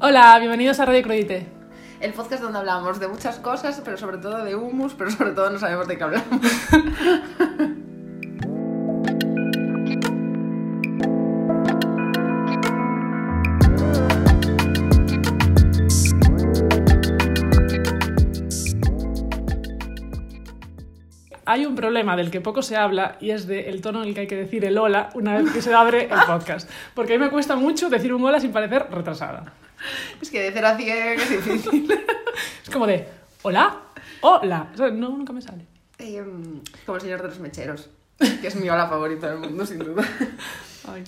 Hola, bienvenidos a Radio Crudite. El podcast donde hablamos de muchas cosas, pero sobre todo de humus, pero sobre todo no sabemos de qué hablamos. Hay un problema del que poco se habla y es del tono en el que hay que decir el hola una vez que se abre el podcast. Porque a mí me cuesta mucho decir un hola sin parecer retrasada. Es que de 0 a 100 es difícil. Es como de, hola, hola. O sea, no, nunca me sale. Eh, como el señor de los mecheros, que es mi ola favorita del mundo, sin duda. Ay.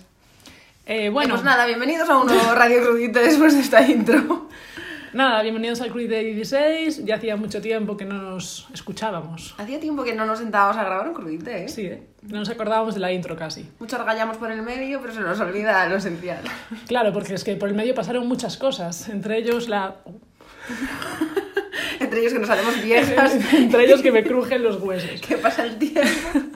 Eh, Bueno, bueno, pues nada, bienvenidos a un nuevo Radio Crudita después de esta intro. nada, bienvenidos al Crudite 16. Ya hacía mucho tiempo que no nos escuchábamos. Hacía tiempo que no nos sentábamos a grabar un crudite, ¿eh? Sí, ¿eh? No nos acordábamos de la intro casi. Muchos regallamos por el medio, pero se nos olvida lo esencial. Claro, porque es que por el medio pasaron muchas cosas. Entre ellos la... Entre ellos que nos haremos viejas, Entre ellos que me crujen los huesos. que pasa el tiempo.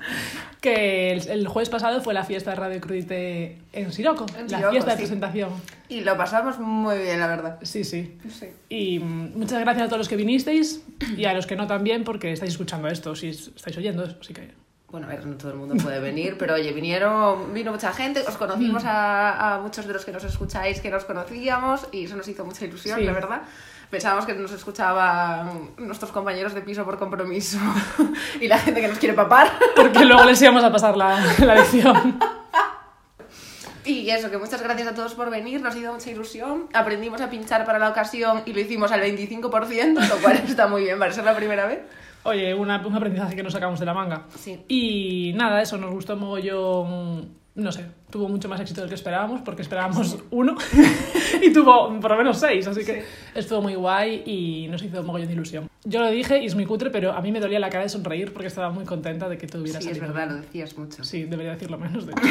que el, el jueves pasado fue la fiesta de Radio Crudite en Siroco, En la Siroco, fiesta de sí. presentación. Y lo pasamos muy bien, la verdad. Sí, sí. Sí. Y mm, muchas gracias a todos los que vinisteis y a los que no también, porque estáis escuchando esto, si es- estáis oyendo, así que... Bueno, a ver, no todo el mundo puede venir, pero oye, vinieron, vino mucha gente, os conocimos a, a muchos de los que nos escucháis que nos conocíamos y eso nos hizo mucha ilusión, Sí. la verdad. Pensábamos que nos escuchaban nuestros compañeros de piso por compromiso y la gente que nos quiere papar. Porque luego les íbamos a pasar la, la lección. Y eso, que muchas gracias a todos por venir, nos hizo mucha ilusión. Aprendimos a pinchar para la ocasión y lo hicimos al 25%, lo cual está muy bien para ser la primera vez. Oye, una- un aprendizaje que nos sacamos de la manga. Sí. Y nada, eso, nos gustó mogollón... No sé, tuvo mucho más éxito del que esperábamos, porque esperábamos uno y tuvo por lo menos seis, así que estuvo muy guay y nos hizo mogollón de ilusión. Yo lo dije y es muy cutre, pero a mí me dolía la cara de sonreír porque estaba muy contenta de que todo hubiera Sí, es salido. verdad, lo decías mucho. Sí, debería decirlo menos, de hecho.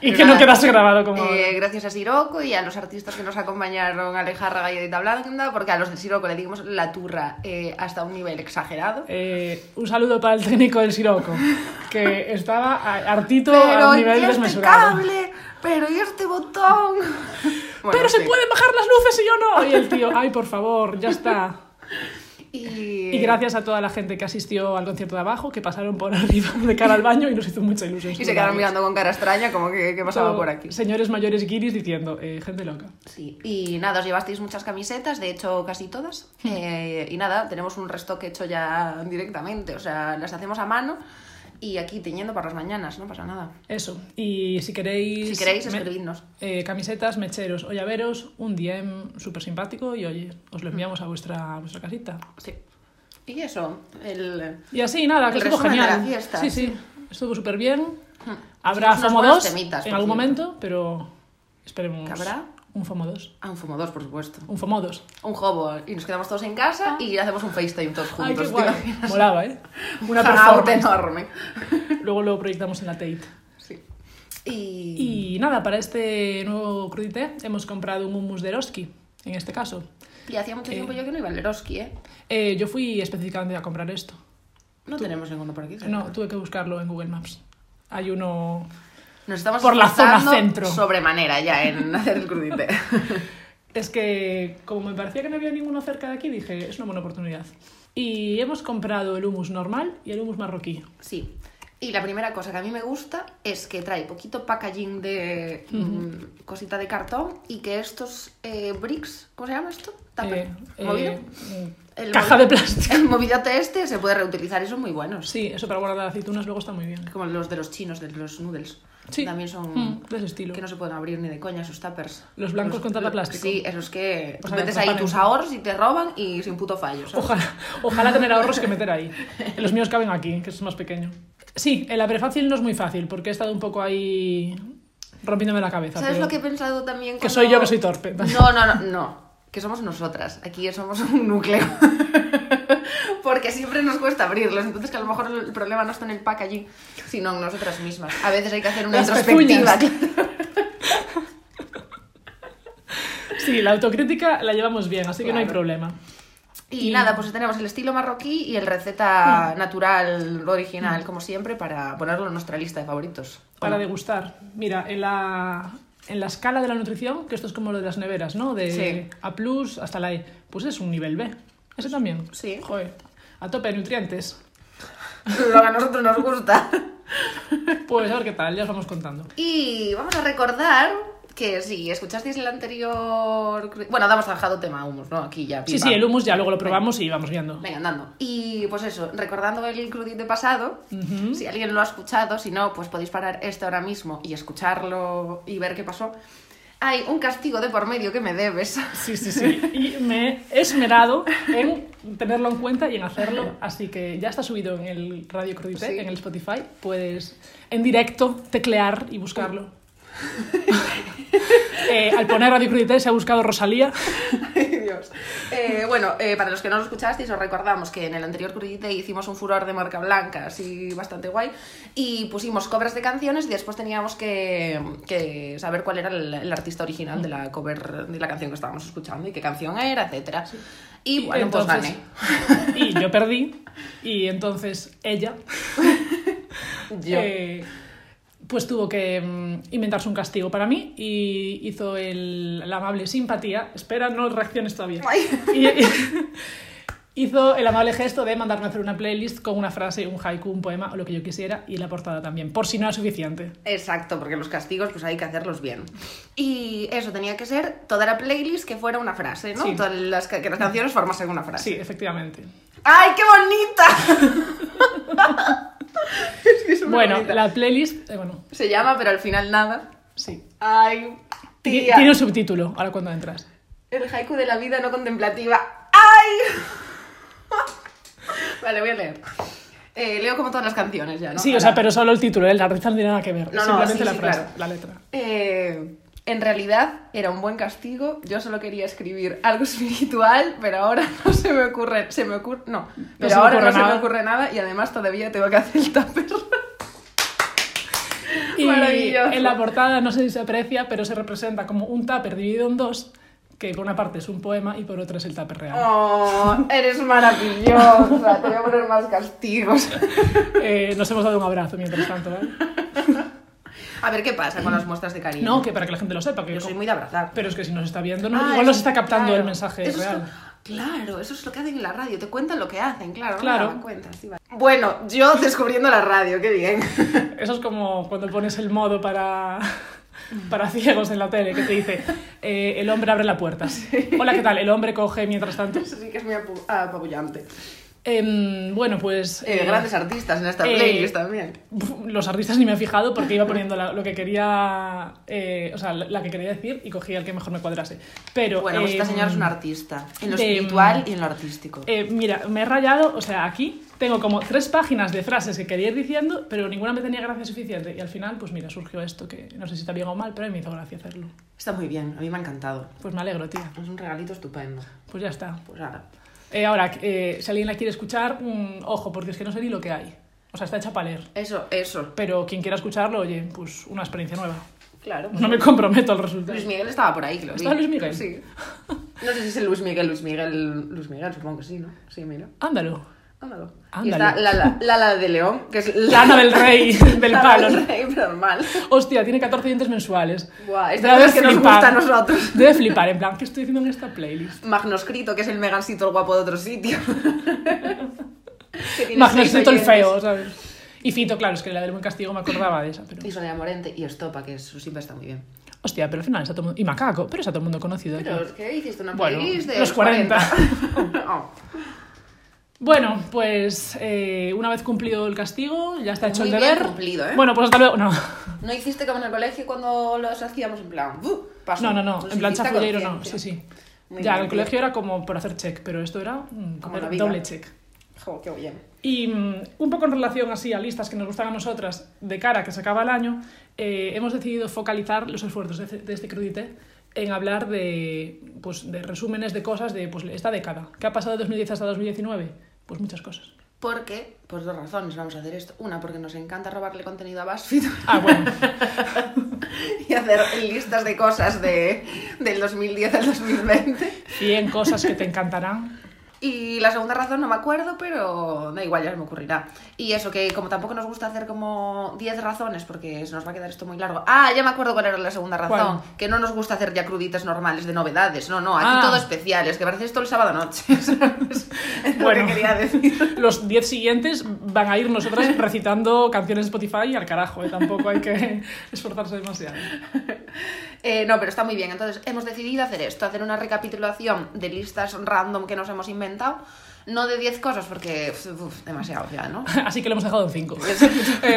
y Pero que no nada, quedase grabado como... Eh, gracias a Siroco y a los artistas que nos acompañaron, Alejandra Galladita Blanda, porque a los de Siroco le dimos la turra eh, hasta un nivel exagerado. Eh, un saludo para el técnico del Siroco, que estaba a- hartito a Pero un ¿y nivel este desmesurado. cable? ¿Pero y este botón? Bueno, Pero se sí. pueden bajar las luces y yo no. Y el tío, ay, por favor, ya está. Y, Y gracias a toda la gente que asistió al concierto de abajo, que pasaron por arriba de cara al baño y nos hizo mucha ilusión. Y se quedaron saludarlos. mirando con cara extraña, como que qué pasaba Todo- por aquí. Señores mayores guiris diciendo, eh, gente loca. Sí. Y nada, os llevasteis muchas camisetas, de hecho casi todas. Eh, y nada, tenemos un restock hecho ya directamente, o sea, las hacemos a mano y aquí teñiendo para las mañanas, no pasa nada. Eso. Y si queréis... Si queréis, me- escribidnos. eh, camisetas, mecheros o llaveros, un DM súper simpático y oye, os lo Mm. enviamos a vuestra, a vuestra casita. Sí. Y eso, el... Y así, nada, que El estuvo resumen de genial. la fiesta, Mm. sí, sí, estuvo súper bien. Habrá Hicimos unos FOMO buenos 2 temitas, en por algún cierto. momento, pero esperemos. ¿Que habrá? Un FOMO 2. Ah, un fumador, por supuesto. Un FOMO 2. Un hobo. Y nos quedamos todos en casa y hacemos un FaceTime todos juntos. Ah. Ay, qué ¿te guay. imaginas? Molaba, ¿eh? Una Un hangout persona. enorme. Luego lo proyectamos en la Tate. Sí. Y... Y nada, para este nuevo crudité hemos comprado un hummus de Eroski, en este caso. y hacía mucho tiempo yo que no iba al Eroski, ¿eh? Eh, yo fui específicamente a comprar esto. No tenemos ninguno por aquí. cerca. No, tuve que buscarlo en Google Maps. Hay uno Nos estamos Por la zona esforzando centro. sobremanera ya en hacer el crudite. Es que como me parecía que no había ninguno cerca de aquí, dije, es una buena oportunidad. Y hemos comprado el humus normal y el humus marroquí. sí. Y la primera cosa que a mí me gusta es que trae poquito packaging de mm, cosita de cartón y que estos eh, bricks, ¿cómo se llama esto? Tupper. Eh, ¿Movido? eh, El caja movi- de plástico. El movidote este se puede reutilizar y son muy buenos. Sí, eso para guardar aceitunas luego está muy bien. Como los de los chinos, de los noodles. Sí. También son... Mm, de ese estilo. Que no se pueden abrir ni de coña esos tuppers. Los blancos con tapa plástico. Sí, esos que pues O tú sea, metes que ahí tapan tus en- ahorros y te roban y sin puto fallo. ¿sabes? Ojalá, ojalá tener ahorros que meter ahí. Los míos caben aquí, que es más pequeño. Sí, el abre fácil no es muy fácil porque he estado un poco ahí rompiéndome la cabeza. ¿Sabes pero lo que he pensado también? que cuando- soy yo que soy torpe. No, no, no, no. Que somos nosotras. Aquí somos un núcleo. Porque siempre nos cuesta abrirlos. Entonces que a lo mejor el problema no está en el packaging, sino en nosotras mismas. A veces hay que hacer una Las introspectiva. Sí, la autocrítica la llevamos bien, así que no hay Claro. problema. Y, Y- Hmm. nada, pues tenemos el estilo marroquí y el receta natural original, como siempre, para ponerlo en nuestra lista de favoritos. Para degustar. Mira, en la, en la escala de la nutrición, que esto es como lo de las neveras, ¿no? De Sí. A plus hasta la E. Pues es un nivel B. Ese también. Sí. Joder. A tope de nutrientes. Lo que a nosotros nos gusta. Pues a ver qué tal, ya os vamos contando. Y vamos a recordar que si escuchasteis el anterior... Bueno, damos zanjado tema humus, ¿no? Aquí ya. Sí, pim, sí, pam. el humus ya luego lo probamos y vamos viendo. Venga, andando. Y pues eso, recordando el crudite pasado, Ujú. si alguien lo ha escuchado, si no, pues podéis parar este ahora mismo y escucharlo y ver qué pasó. Hay un castigo de por medio que me debes. Sí, sí, sí. Y me he esmerado en tenerlo en cuenta y en hacerlo. Así que ya está subido en el Radio Crudité, Sí. en el Spotify. Puedes en directo teclear y buscarlo. Eh, al poner Radio Crudité se ha buscado Rosalía. Ay, Dios. Eh, bueno, eh, para los que no lo escuchasteis, os recordamos que en el anterior Crudite hicimos un furor de marca blanca, así bastante guay, y pusimos covers de canciones y después teníamos que, que saber cuál era el, el artista original de la cover de la canción que estábamos escuchando y qué canción era, etcétera. Y bueno, pues Entonces- gané. Y yo perdí. Y entonces ella Yo. eh, pues tuvo que mm, inventarse un castigo para mí y hizo el, la amable simpatía. Espera, no reacciones todavía. Ay. Y- y- hizo el amable gesto de mandarme a hacer una playlist con una frase, un haiku, un poema o lo que yo quisiera y la portada también, por si no era suficiente. Exacto, porque los castigos pues hay que hacerlos bien. Y eso tenía que ser toda la playlist que fuera una frase, ¿no? Sí. Todas las, ca- que las canciones formasen una frase. Sí, efectivamente. ¡Ay, qué bonita! es que es muy bueno, bonita. la playlist, eh, bueno, se llama, pero al final nada. sí. ¡Ay, Ti- tía! Tiene un subtítulo, ahora cuando entras. El haiku de la vida no contemplativa. ¡Ay! vale, voy a leer. Eh, leo como todas las canciones ya, ¿no? Sí, o sea, pero solo el título, ¿eh? la reza no tiene nada que ver. No, no, Simplemente sí, la sí, frase, claro. la letra. Eh, en realidad era un buen castigo. Yo solo quería escribir algo espiritual, pero ahora no se me ocurre. Se me ocurre. No, pero se me ahora no ocurre se me nada. ocurre nada y además todavía tengo que hacer el tupper. Y Maravilloso. en la portada no sé si se aprecia, pero se representa como un tupper dividido en dos, que por una parte es un poema y por otra es el tupper real. Oh, eres maravillosa. Te voy a poner más castigos. Eh, nos hemos dado un abrazo mientras tanto, ¿eh? A ver qué pasa con las muestras de cariño. No, que para que la gente lo sepa. Que Yo soy muy de abrazar. Pero es que si nos está viendo, no, Ah, igual nos eso- está captando claro. el mensaje Eso es real. lo- claro, eso es lo que hacen en la radio. Te cuentan lo que hacen, claro. no me Claro. daba cuenta, sí, vale. Bueno, yo descubriendo la radio, qué bien. Eso es como cuando pones el modo para, para ciegos en la tele, que te dice, eh, el hombre abre la puerta. Hola, ¿qué tal? El hombre coge mientras tanto. Eso sí que es muy apu- apabullante. Em, bueno, pues... Eh, eh, grandes artistas en esta eh, playlist también. Pf, Los artistas ni me he fijado porque iba poniendo la- lo que quería, eh, o sea, la, la que quería decir y cogía el que mejor me cuadrase. Pero Bueno, pues esta em, señora es una artista. En lo de- em, espiritual y en lo artístico. eh, mira, me he rayado, o sea, aquí tengo como tres páginas de frases que quería ir diciendo, pero ninguna me tenía gracia suficiente. Y al final, pues mira, surgió esto que no sé si está bien o mal, pero a mí me hizo gracia hacerlo. Está muy bien, a mí me ha encantado. Pues me alegro, tía. Es un regalito estupendo. Pues ya está. Pues ahora. Eh, ahora, eh, si alguien la quiere escuchar, mm, ojo, porque es que no sé ni lo que hay. O sea, está hecha para leer. Eso, eso. Pero quien quiera escucharlo, oye, pues una experiencia nueva. Claro. pues No me comprometo al resultado. Luis Miguel estaba por ahí, que lo vi. ¿Estaba Luis Miguel? Sí. No sé si es el Luis Miguel, Luis Miguel, Luis Miguel, supongo que sí, ¿no? Sí, mira. Ándalo. Ándalo. Ándalo. Y está Lala, Lala de León, que es la- Lana del Rey, del Lana palo. del Rey, pero normal. Hostia, tiene 14 dientes mensuales. Guau, Debe esta es la que nos flipar. gusta a nosotros. Debe flipar, en plan, ¿qué estoy haciendo en esta playlist? Magnoscrito, que es el megancito el guapo de otro sitio. Que tiene Magnesito el seis oyentes. feo, ¿sabes? Y Fito, claro, es que la del buen castigo me acordaba de esa, pero... Y Sonia Morente y Estopa, que eso siempre está muy bien. Hostia, pero al final está todo el mundo... Y Macaco, pero está todo el mundo conocido. aquí. Pero es que hiciste una Bueno, playlist de los 40. Oh. Bueno, pues eh, una vez cumplido el castigo, ya está hecho Muy el bien deber. cumplido, ¿eh? Bueno, pues hasta luego. No, No hiciste como en el colegio cuando los hacíamos en plan. "Buh, paso". no, no, no. Los en plan hiciste a chafullero no, sí, conciencia. sí. Muy ya, bien, en el tío. colegio era como por hacer check, pero esto era mm, Como la era vida. doble check. Jo, qué bien. Y mm, un poco en relación así a listas que nos gustan a nosotras de cara a que se acaba el año, eh, hemos decidido focalizar los esfuerzos de, ce- de este crudite en hablar de, pues, de resúmenes de cosas de pues, esta década. ¿Qué ha pasado de 2010 hasta 2019? Pues muchas cosas. Porque, por dos razones vamos a hacer esto. Una, porque nos encanta robarle contenido a BuzzFeed Ah, bueno, y hacer listas de cosas de, del 2010 al 2020. 100 cosas que te encantarán. Y la segunda razón no me acuerdo, pero da igual, ya se me ocurrirá. Y eso, que como tampoco nos gusta hacer como 10 razones, porque se nos va a quedar esto muy largo. Ah, ya me acuerdo cuál era la segunda razón. ¿Cuál? Que no nos gusta hacer ya cruditas normales de novedades. No, no, aquí Ah. todo especial. Es que parece esto el sábado noche. ¿sabes? Es lo que Bueno. quería decir. Los 10 siguientes van a ir nosotras recitando canciones de Spotify y al carajo, ¿eh? tampoco hay que esforzarse demasiado. Eh, no, pero está muy bien. Entonces, hemos decidido hacer esto, hacer una recapitulación de listas random que nos hemos inventado. No de 10 cosas, porque uf, demasiado ya, ¿no? Así que lo hemos dejado en 5.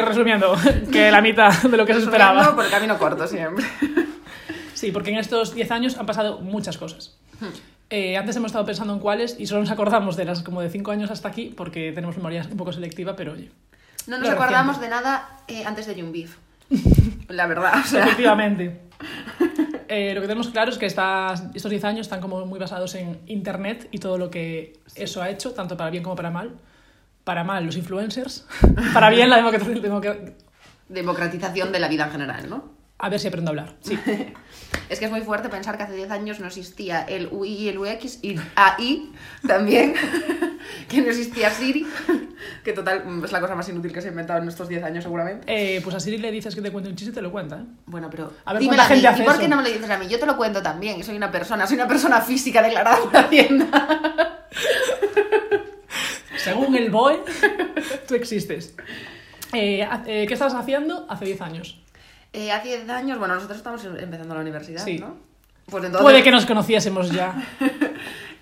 resumiendo, que la mitad de lo que se Resumiendo, esperaba. Por el camino corto siempre. Sí, porque en estos 10 años han pasado muchas cosas. Eh, antes hemos estado pensando en cuáles y solo nos acordamos de las como de 5 años hasta aquí porque tenemos memoria un poco selectiva, pero oye, No nos Lo acordamos de nada eh, antes de Young Beef. La verdad, o sea. efectivamente. Eh, lo que tenemos claro es que estas- estos 10 años están como muy basados en Internet y todo lo que eso ha hecho, tanto para bien como para mal. Para mal, los influencers. Para bien, la democracia. democ- Democratización de la vida en general, ¿no? A ver si aprendo a hablar. Sí. Es que es muy fuerte pensar que hace 10 años no existía el UI y el UX y AI también, que no existía Siri, que total mm, es la cosa más inútil que se ha inventado en estos 10 años seguramente. Eh, pues a Siri le dices que te cuente un chiste y te lo cuenta, ¿eh? Bueno, pero A ver dímelo cuánta a mí. gente hace ¿Y por eso? qué no me lo dices a mí? Yo te lo cuento también, que soy una persona, soy una persona física declarada por Hacienda. Según el BOE, tú existes. Eh, ha- eh, ¿Qué estabas haciendo hace 10 años? Eh, hace 10 años, bueno, nosotros estamos empezando la universidad, Sí. ¿no? Pues entonces... Puede que nos conociésemos ya.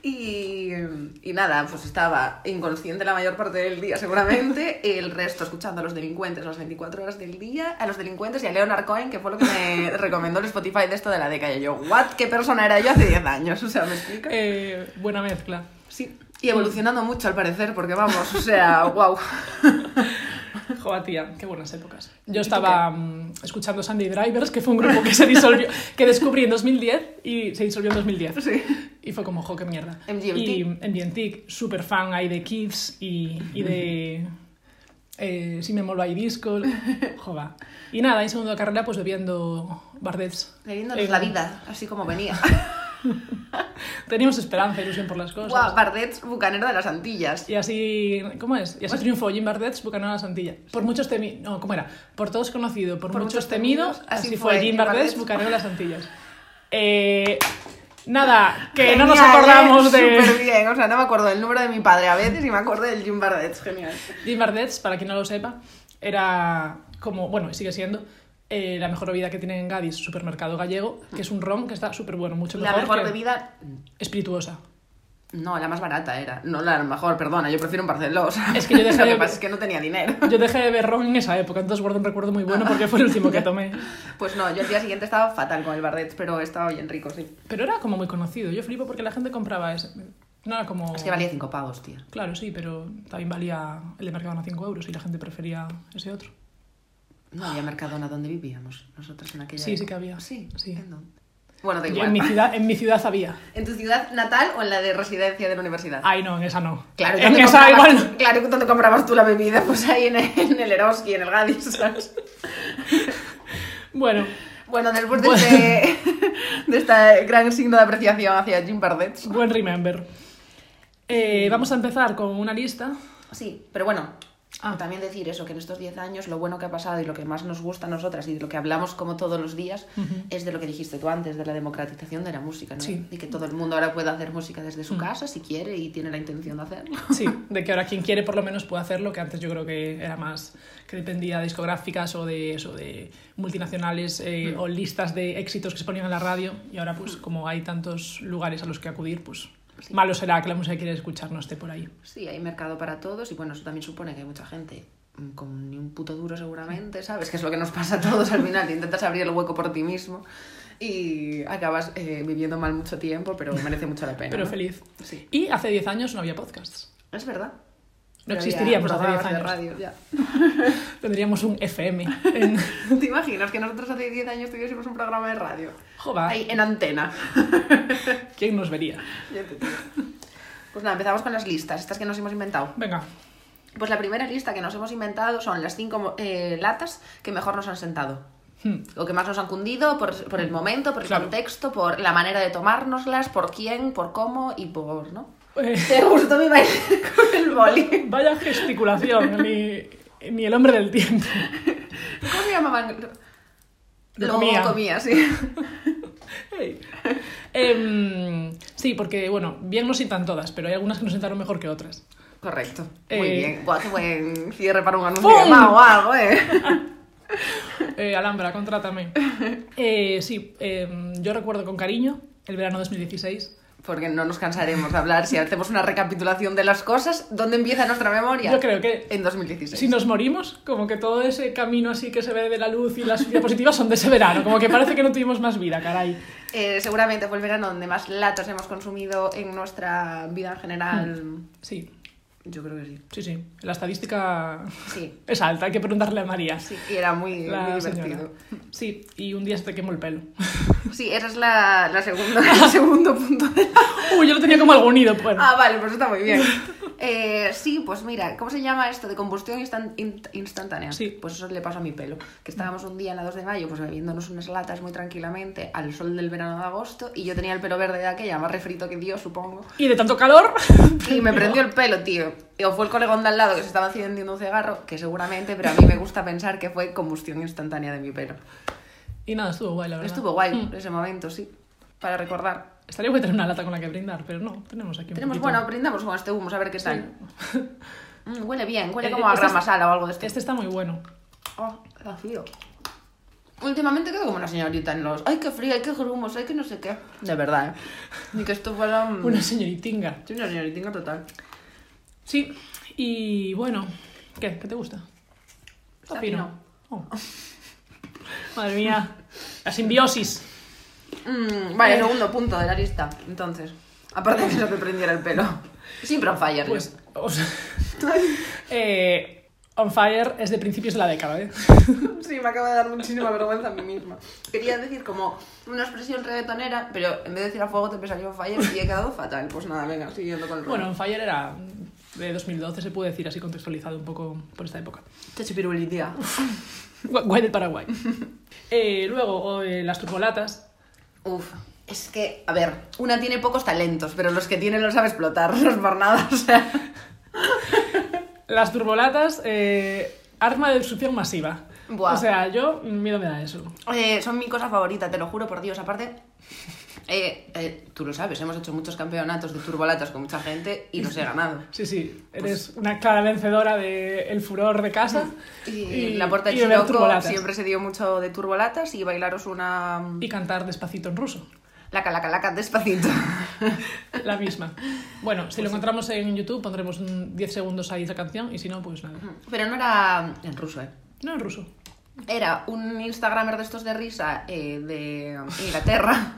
Y, y nada, pues estaba inconsciente la mayor parte del día, seguramente. El resto escuchando a los delincuentes las 24 horas del día, a los delincuentes y a Leonard Cohen, que fue lo que me recomendó el Spotify de esto de la década. Y yo, ¿what? ¿Qué persona era yo hace 10 años? O sea, ¿me explica? Eh, buena mezcla. sí. Y evolucionando mucho al parecer, porque vamos, o sea, wow. Joa, tía, qué buenas épocas. Yo estaba mm, escuchando Sunday Drivers, que fue un grupo que se disolvió, que descubrí en 2010 y se disolvió en 2010. Sí. Y fue como, jo, qué mierda. MGMT. Y MGMT, súper fan ahí de Kids y, y de... eh, si me molo hay disco, jova. Y nada, en segundo de carrera pues bebiendo bardets. Debiéndonos Eh, la vida, así como venía. Teníamos esperanza, e ilusión por las cosas. Wow, Bardet, bucanero de las Antillas. Y así, ¿cómo es? Y así triunfó Jim Bardet, Bucanón a la Santilla. Por muchos temidos, no, ¿cómo era? Por todos conocido, por, muchos temidos, así, fue Jim Bardet, Bucanón a las Antillas. Eh, nada, que no nos Genial, ¿eh? acordamos de... Súper bien, o sea, no me acuerdo del número de mi padre a veces y me acuerdo del Jim Bardet, genial. Jim Bardet, para quien no lo sepa, era como, bueno, sigue siendo eh, la mejor bebida que tienen en Gadis, supermercado gallego, que es un ron que está súper bueno, mucho mejor. La mejor que- bebida. Espirituosa. No, la más barata era. No la mejor, perdona, yo prefiero un parceló. o sea, Es que yo dejé Lo que de- pasa es que no tenía dinero. Yo dejé de beber ron en esa época, entonces guardo un recuerdo muy bueno porque fue el último que tomé. Pues no, yo al día siguiente estaba fatal con el Bardet, pero estaba bien rico, sí. Pero era como muy conocido. Yo flipo porque la gente compraba ese. No era como. Es que valía 5 pavos, tío. Claro, sí, pero también valía el de Mercadona 5 euros y la gente prefería ese otro. No había Mercadona donde vivíamos, nosotros en aquella Sí, sí época. que había. Sí, Sí. ¿en dónde? Bueno, da Yo igual. en, mi ciudad, en mi ciudad había. ¿En tu ciudad natal o en la de residencia de la universidad? Ay, no, en esa no. Claro, Ah, en ¿dónde esa comprabas- igual. no. Claro, ¿dónde comprabas tú la bebida? Pues ahí en el, en el Eroski, en el Gadis, ¿sabes? Bueno, Bueno, después de, este, de este gran signo de apreciación hacia Jim Bardet. buen remember. Eh, vamos a empezar con una lista. Sí, pero bueno, Ah. también decir eso, que en estos 10 años lo bueno que ha pasado y lo que más nos gusta a nosotras y de lo que hablamos como todos los días es de lo que dijiste tú antes, de la democratización de la música, ¿no? Sí. Mm. Y que todo el mundo ahora puede hacer música desde su casa si quiere y tiene la intención de hacerlo. Sí, de que ahora quien quiere por lo menos puede hacerlo, que antes yo creo que era más que dependía de discográficas o de eso, de multinacionales eh, Mm. o listas de éxitos que se ponían en la radio y ahora pues como hay tantos lugares a los que acudir, pues malo será que la música que quieres escuchar no esté por ahí. Sí, hay mercado para todos y bueno, eso también supone que hay mucha gente mm, con ni un puto duro seguramente, ¿sabes? Que es lo que nos pasa a todos al final, que intentas abrir el hueco por ti mismo y acabas eh, viviendo mal mucho tiempo, pero merece mucho la pena. Pero ¿no? feliz. Sí, Y hace 10 años no había podcasts. es verdad. No Pero había existiríamos hace 10 programas de años. radio, ya. Tendríamos un FM en ¿Te imaginas que nosotros hace 10 años tuviésemos un programa de radio? Jova, Ahí, en antena. ¿quién nos vería? Ya te digo. Pues nada, empezamos con las listas, estas que nos hemos inventado. Venga, Pues la primera lista que nos hemos inventado son las cinco mo- eh, latas que mejor nos han sentado. Hmm. O que más nos han cundido por, por el momento, por el Claro. contexto, por la manera de tomárnoslas, por quién, por cómo y por. ¿no? Eh, Te gustó mi baile con el boli. vaya gesticulación, ni, ni el hombre del tiempo. ¿Cómo se llamaban? Lo Lo comía. comía, sí. Hey. Em, sí, porque, bueno, bien nos sientan todas, pero hay algunas que nos sentaron mejor que otras. Correcto. Muy Eh. bien. Guau, qué buen cierre para un anuncio ¡Pum! de Mau o algo, ¿eh? Eh, Alhambra, contrátame. Eh, sí, em, yo recuerdo con cariño el verano 2016. Porque no nos cansaremos de hablar si hacemos una recapitulación de las cosas. ¿Dónde empieza nuestra memoria? Yo creo que En 2016. si nos morimos, como que todo ese camino así que se ve de la luz y las diapositivas son de ese verano, como que parece que no tuvimos más vida, caray. Eh, seguramente fue el verano donde más latas hemos consumido en nuestra vida en general. Sí, Yo creo que sí. sí, sí. La estadística Sí, es alta, hay que preguntarle a María. sí. Y era muy, la muy señora. divertido. Sí, y un día se te quemó el pelo. Sí, esa es la, la segunda, el segundo punto de la- Uy, yo lo tenía como algo unido, bueno. Ah, vale, pues está muy bien. Eh, sí, pues mira, ¿cómo se llama esto? De combustión instan- in- instantánea. Sí. Pues eso le pasó a mi pelo. Que estábamos un día en la 2 de mayo, pues bebiéndonos unas latas muy tranquilamente al sol del verano de agosto. Y yo tenía el pelo verde de aquella, más refrito que Dios, supongo. Y de tanto calor. Y me prendió el pelo, tío. O fue el colegón de al lado que se estaba encendiendo un cigarro, que seguramente, pero a mí me gusta pensar que fue combustión instantánea de mi pelo. Y nada, estuvo guay, la verdad. Estuvo guay Mm. ese momento, sí. Para recordar. Estaría guay tener una lata con la que brindar, pero no, tenemos aquí un Tenemos, poquito. bueno, brindamos con este humo, a ver qué tal. Mm, huele bien, huele Eh, como a este es- grama sala o algo de este. Este está muy bueno. Oh, está frío. Últimamente quedo como una señorita en los. Ay, qué frío, ay, qué grumos, ay, que no sé qué. De verdad, ¿eh? Ni que esto fuera. un- Una señoritinga. Sí, una señoritinga total. Sí, y bueno, ¿qué? ¿Qué te gusta? Está Oh. Madre mía, la simbiosis. Mm, vale, segundo punto de la lista. Entonces, aparte de que no te prendiera el pelo. Siempre on fire. Pues, o sea, eh, On Fire es de principios de la década, ¿eh? Sí, me acaba de dar muchísima vergüenza a mí misma. Quería decir como una expresión rebetonera, pero en vez de decir a fuego te me salió on fire y he quedado fatal. Pues nada, venga, siguiendo con el Bueno, On Fire era de 2012, se puede decir así contextualizado un poco por esta época. te chipirulitía. Gu- Guay del Paraguay. Eh, luego, o, eh, las turbolatas. Uf, es que, a ver, una tiene pocos talentos, pero los que tiene los sabe explotar, los por nada, o sea. Las turbolatas, eh, arma de destrucción masiva. Buah. O sea, yo miedo me da eso. Eh, son mi cosa favorita, te lo juro por Dios. Aparte, eh, eh, tú lo sabes, hemos hecho muchos campeonatos de turbolatas con mucha gente y los he ganado. Sí, sí, eres Pues una clara vencedora del el furor de casa. Y, la puerta del y beber Chiroco turbolatas. siempre se dio mucho de turbolatas y bailaros una. Y cantar despacito en ruso. La calaca, laca, despacito. La misma. Bueno, Pues si lo encontramos en YouTube, pondremos un 10 segundos ahí esa canción y si no, pues nada. Pero no era en ruso, ¿eh? No en ruso. Era un Instagramer de estos de risa eh, de Inglaterra.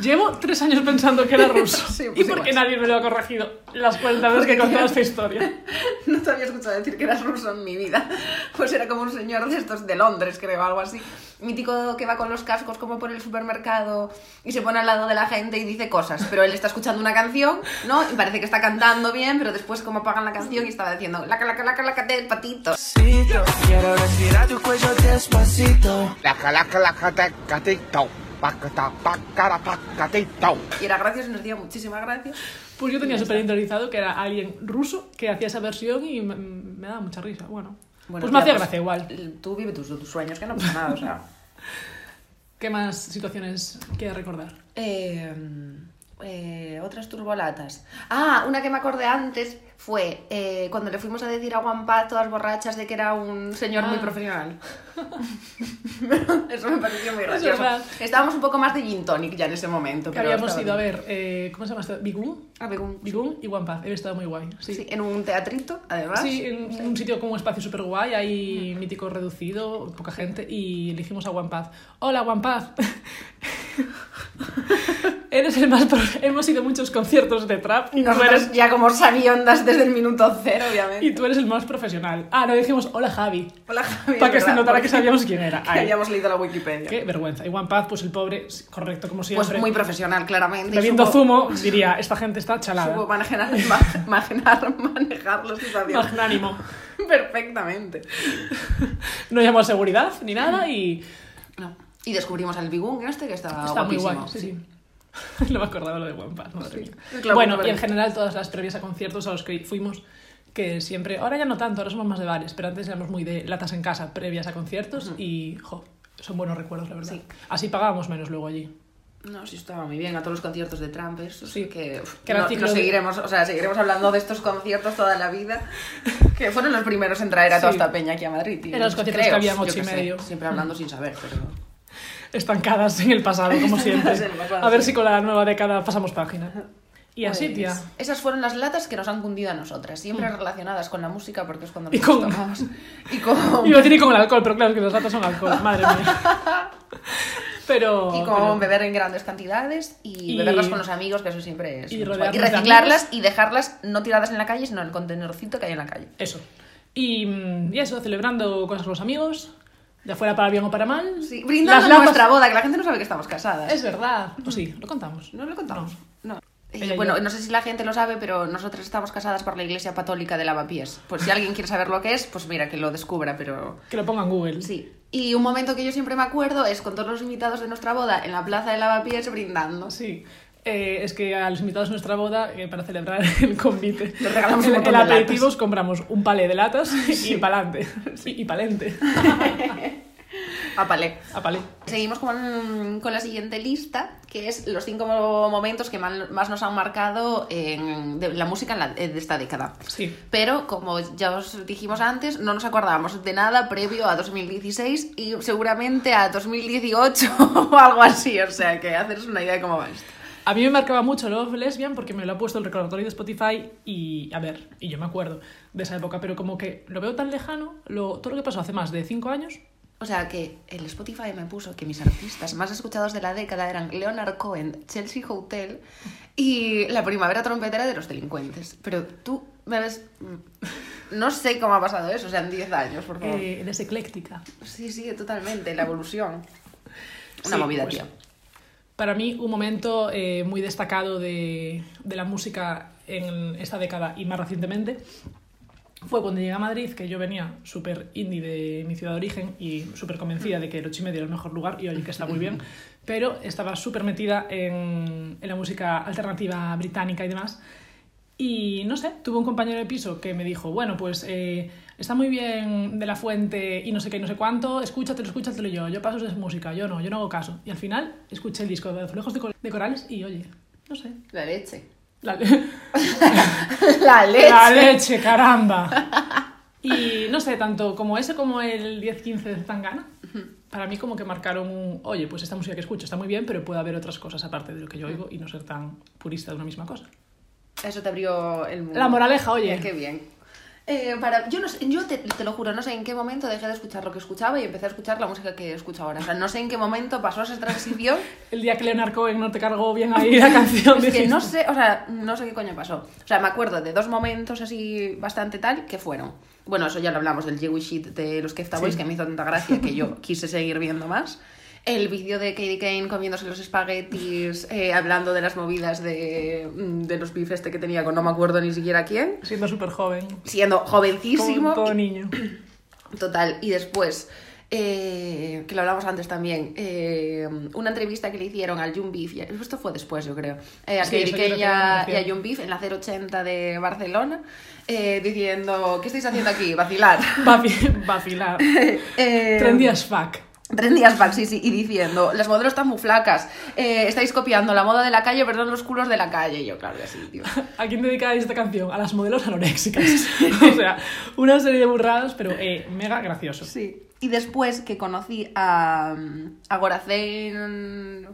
Llevo tres años pensando que era ruso. Sí, ¿Y pues por qué igual. nadie me lo ha corregido? Las cuentas Porque que contaba tiene- esta historia. No te había escuchado decir que eras ruso en mi vida. Pues era como un señor de estos de Londres, creo, algo así. Mítico que va con los cascos como por el supermercado y se pone al lado de la gente y dice cosas. Pero él está escuchando una canción, ¿no? Y parece que está cantando bien, pero después como apagan la canción y estaba diciendo la calaca, la calaca del patito. Despacito, Quiero respirar tu cuello despacito. la calaca la catacatetau, pacata, pacara, pacatetau. Y era gracioso y nos dio muchísimas gracias. Pues yo tenía súper interiorizado que era alguien ruso que hacía esa versión y me, me daba mucha risa. Bueno, pues me tía, hacía gracia igual. Tú vive tus, tus sueños, que no pasa nada, o sea. ¿Qué más situaciones quieres recordar? Eh, eh, otras turbolatas. Ah, una que me acordé antes fue eh, cuando le fuimos a decir a Juanpa todas borrachas de que era un señor muy Ah. profesional. Eso me pareció muy Es gracioso. verdad. Estábamos un poco más de gin tonic ya en ese momento. Que pero habíamos estaba ido a bien. ver, eh, ¿cómo se llama esto? Bigum. A ver, un- Bigum y One Path. He estado muy guay. Sí, sí, sí, en un teatrito, además. en un sitio como un espacio súper guay, hay mítico reducido, poca gente, y elegimos a One Path. Hola, One Path. Eres el más... pro- Hemos ido a muchos conciertos de trap Y y, tú nosotros eres, ya como sabiondas desde el minuto cero, obviamente. y tú eres el más profesional. Ah, no, dijimos, hola, Javi. Hola, Javier. Para que se ¿verdad? notara que Porque sabíamos quién era. Ay, habíamos leído la Wikipedia. qué vergüenza. Y One Path, pues el pobre, correcto, como siempre. Pues muy profesional, claramente. y bebiendo supo- zumo, diría, esta gente está chalada. Supo manejar, ma- manejar, manejar la situación Magnánimo. perfectamente. No llamó a seguridad ni nada y No. Y descubrimos al Bigun este que estaba está muy guapísimo. guay. Sí, sí. no me acordaba lo de One Pass, madre Sí, mía. claro, bueno, claro. y en general todas las previas a conciertos a los que fuimos, que siempre, ahora ya no tanto, ahora somos más de bares, pero antes éramos muy de latas en casa previas a conciertos y, jo, son buenos recuerdos, la verdad. Sí. Así pagábamos menos luego allí. No, sí, estaba muy bien a todos los conciertos de Trump, eso sí Sí. que, uf, Que era no, ciclo no de- seguiremos, o sea, seguiremos hablando de estos conciertos toda la vida, que fueron los primeros en traer a toda Sí. esta peña aquí a Madrid. tío. Eran los conciertos que Creo, había en yo ocho y qué sé, medio. siempre hablando sin saber, pero... Estancadas en el pasado, como siempre. Estancadas en el pasado, a ver sí. si con la nueva década pasamos página. Y así, Pues, tía. Mm. Esas fueron las latas que nos han cundido a nosotras, siempre relacionadas con la música porque es cuando Y nos con- tomamos. Y con, Y lo tiene con el alcohol, pero claro, es que los datos son alcohol, madre mía. Pero. y con pero- beber en grandes cantidades y, Y- beberlas con los amigos, que eso siempre es... y mucho rodearnos guay. de reciclarlas y dejarlas no tiradas en la calle, sino en el contenedorcito que hay en la calle. Eso. Y, mm, y eso, celebrando cosas con los amigos, ya fuera para bien o para mal. Sí, brindando Las en latas- nuestra boda, que la gente no sabe que estamos casadas. Es verdad. O sí, lo contamos. No lo contamos. No. Eh, Pero yo- bueno, no sé si la gente lo sabe, pero nosotros estamos casadas por la Iglesia Católica de Lavapiés. Pues si alguien quiere saber lo que es, pues mira, que lo descubra, pero... Que lo ponga en Google. Sí. Y un momento que yo siempre me acuerdo es con todos los invitados de nuestra boda en la plaza de Lavapiés brindando. Sí. Eh, es que a los invitados de nuestra boda, eh, para celebrar el convite, Les regalamos un el, montón el de latas. aperitivos compramos un palé de latas y palante. Y, y palente. A palé. A palé. Seguimos con, con la siguiente lista, que es los cinco mo- momentos que mal- más nos han marcado en, de la música en la- de esta década. Sí. Pero, como ya os dijimos antes, no nos acordábamos de nada previo a 2016 y seguramente a 2018 o algo así. O sea, que haceros una idea de cómo va esto. A mí me marcaba mucho Love Lesbian porque me lo ha puesto el recordatorio de Spotify y, a ver, y yo me acuerdo de esa época, pero como que lo veo tan lejano, lo, todo lo que pasó hace más de 5 años, O sea, que el Spotify me puso que mis artistas más escuchados de la década eran Leonard Cohen, Chelsea Hotel y La Primavera Trompetera de los Delincuentes. Pero tú me ves... mm, No sé cómo ha pasado eso, o sea, en 10 años, por favor. eh, eres ecléctica. Sí, sí, totalmente, la evolución. Una Sí, movida, pues, tío. Para mí, un momento eh, muy destacado de, de la música en esta década y más recientemente fue cuando llegué a Madrid, que yo venía súper indie de mi ciudad de origen y súper convencida de que el 8 y medio era el mejor lugar y oye que está muy bien, pero estaba súper metida en, en la música alternativa británica y demás. Y no sé, tuve un compañero de piso que me dijo, bueno, pues eh, está muy bien de la fuente y no sé qué y no sé cuánto, escúchatelo, escúchatelo Y yo, yo paso de música, yo no, yo no hago caso. Y al final escuché el disco de Azulejos de, Cor- de Corales y oye, no sé, La leche. la, La leche. la leche, caramba. Y no sé, tanto como ese como el 10-15 de Tangana, para mí como que marcaron un, oye, pues esta música que escucho está muy bien, pero puede haber otras cosas aparte de lo que yo oigo y no ser tan purista de una misma cosa. Eso te abrió el mundo. La moraleja, oye. Mira, Qué bien. Eh, para, yo no sé- yo te, te lo juro, no sé en qué momento dejé de escuchar lo que escuchaba y empecé a escuchar la música que escucho ahora. O sea, no sé en qué momento pasó esa transición. El día que Leonard Cohen no te cargó bien ahí la canción. Es que dijiste. no sé, o sea, no sé qué coño pasó. O sea, me acuerdo de dos momentos así bastante tal que fueron. Bueno, eso ya lo hablamos del Jewish Shit de los Kefta Boys, Sí. que me hizo tanta gracia que yo quise seguir viendo más. El vídeo de Katie Kane comiéndose los espaguetis, eh, hablando de las movidas de, de los bifes este que tenía con no me acuerdo ni siquiera quién. Siendo súper joven. Siendo jovencísimo. Como todo niño. Total, y después, eh, que lo hablamos antes también, eh, una entrevista que le hicieron al Jun Beef, y- esto fue después yo creo, eh, a Sí, Katy eso yo Kane creo que y a, lo y a decía. Jun Beef en la 080 de Barcelona, eh, diciendo, ¿qué estáis haciendo aquí? Vacilar. Vaci- Vacilar. Eh, Trendy as fuck. Tren días back, sí, sí, y diciendo, las modelos están muy flacas, eh, estáis copiando la moda de la calle, perdón, los culos de la calle. Y yo, claro que sí, tío. ¿A quién dedicáis esta canción? A las modelos anoréxicas. o sea, una serie de burradas, pero eh, mega gracioso. Sí. Y después que conocí a, a Gorazen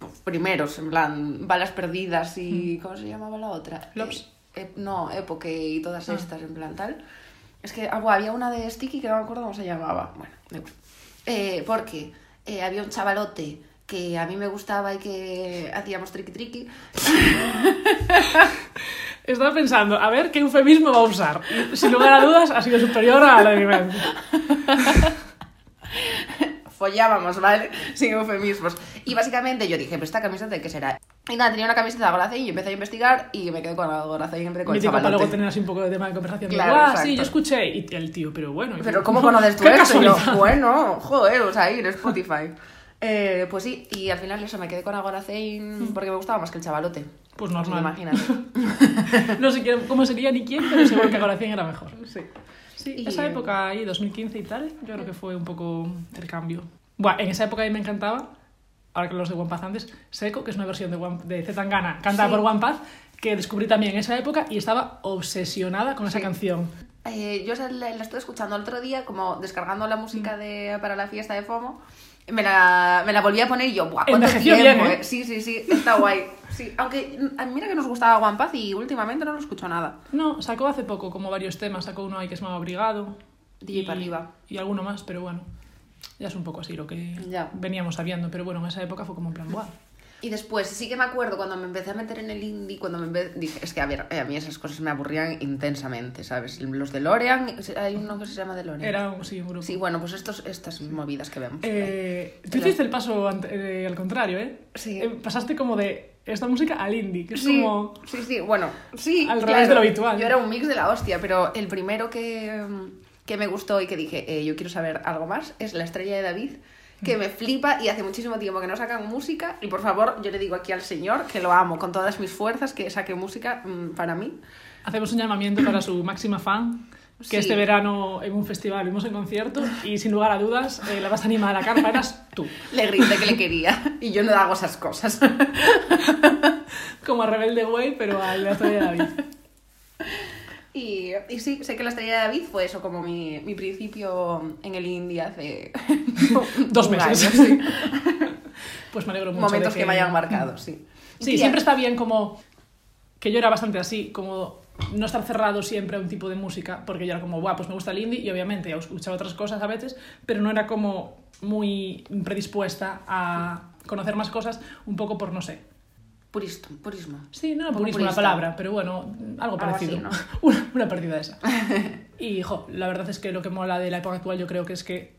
pues, primeros, en plan, balas perdidas y. ¿Cómo se llamaba la otra? Lobs. Eh, eh, no, Époque y todas Ah. estas, en plan tal. Es que ah, bueno, había una de Sticky que no me acuerdo cómo se llamaba. Bueno, da igual. Eh, porque eh, había un chavalote que a mí me gustaba y que hacíamos triqui triqui. Estaba pensando, a ver qué eufemismo va a usar. Y, sin lugar a dudas, ha sido superior a la de mi mente. follábamos, ¿vale? Sin eufemismos. Y básicamente yo dije, pero esta camiseta de qué será. Y nada, tenía una camiseta de Gorazain y empecé a investigar y me quedé con la Gorazain y empecé con el Mítico para luego chavalote. tener así un poco de tema de conversación. Claro, Digo, ah, exacto. sí, yo escuché. Y el tío, pero bueno. y- Pero ¿cómo conoces tú ¡Qué esto? Y yo, casualidad! bueno, joder, o sea, ir a Spotify. Eh, pues sí, y al final eso me quedé con Agoracein porque me gustaba más que el chavalote. Pues Mm. normal. Imagínate. No sé quién- cómo sería ni quién, pero seguro que Agora 100 era mejor. sí. Sí, Y- esa época ahí, 2015 y tal, yo creo que fue un poco el cambio. Buah, en esa época a mí me encantaba, ahora que los de One Paz antes, Seco, que es una versión de, One, de Zetangana, cantada Sí. por One Paz, que descubrí también en esa época y estaba obsesionada con esa Sí. canción. Eh, yo esa la, la estuve escuchando el otro día, como descargando la música de, para la fiesta de FOMO. Me la, me la volví a poner y yo, ¡buah! ¿cuánto Envejeció tiempo, bien, ¿eh? eh? Sí, sí, sí, está guay. Sí, aunque mm, a- mira que nos gustaba One Paz y últimamente no lo escucho nada. No, sacó hace poco como varios temas, sacó uno ahí que se llamaba Brigado. DJ para arriba. Y alguno más, pero bueno, ya es un poco así lo que Ya. veníamos sabiendo, pero bueno, en esa época fue como en plan, buah. Y después, sí que me acuerdo cuando me empecé a meter en el indie, cuando me empe- dije, es que a ver, eh, a mí esas cosas me aburrían intensamente, ¿sabes? Los de Lorean, hay uno que se llama de Lorean. Era un, sí, un grupo. Sí, bueno, pues estos, estas movidas que vemos. Eh, tú hiciste el paso ant- eh, al contrario, ¿eh? Sí. Eh, Pasaste como de esta música al indie, que es Sí, como... sí, sí, bueno, sí. Al revés de lo habitual. Yo era un mix de la hostia, pero el primero que, mm, que me gustó y que dije, eh, yo quiero saber algo más, es La Estrella de David, Mm. que me flipa y hace muchísimo tiempo que no sacan música. Y por favor, yo le digo aquí al señor que lo amo con todas mis fuerzas, que saque música mm, para mí. Hacemos un llamamiento para su máxima fan, que Sí. este verano en un festival vimos en concierto y sin lugar a dudas eh, la vas a animar a la carpa, eras tú. Le grité que le quería y yo no hago esas cosas. Como a Rebelde Way, pero al de la historia de David. Y, y sí, sé que La Estrella de David fue eso, como mi, mi principio en el indie hace Dos un año, meses. sí. Pues me alegro mucho. de Momentos que... me hayan marcado, sí. Sí, Tía, siempre está bien como... Que yo era bastante así, como no estar cerrado siempre a un tipo de música, porque yo era como, guau, pues me gusta el indie, y obviamente ya escuchaba otras cosas a veces, pero no era como muy predispuesta a conocer más cosas, un poco por, no sé. Purista, purismo. Sí, no era Como purismo la purista. palabra, pero bueno, algo Algo parecido. así, ¿no? una, una pérdida de esa. Y, jo, la verdad es que lo que mola de la época actual yo creo que es que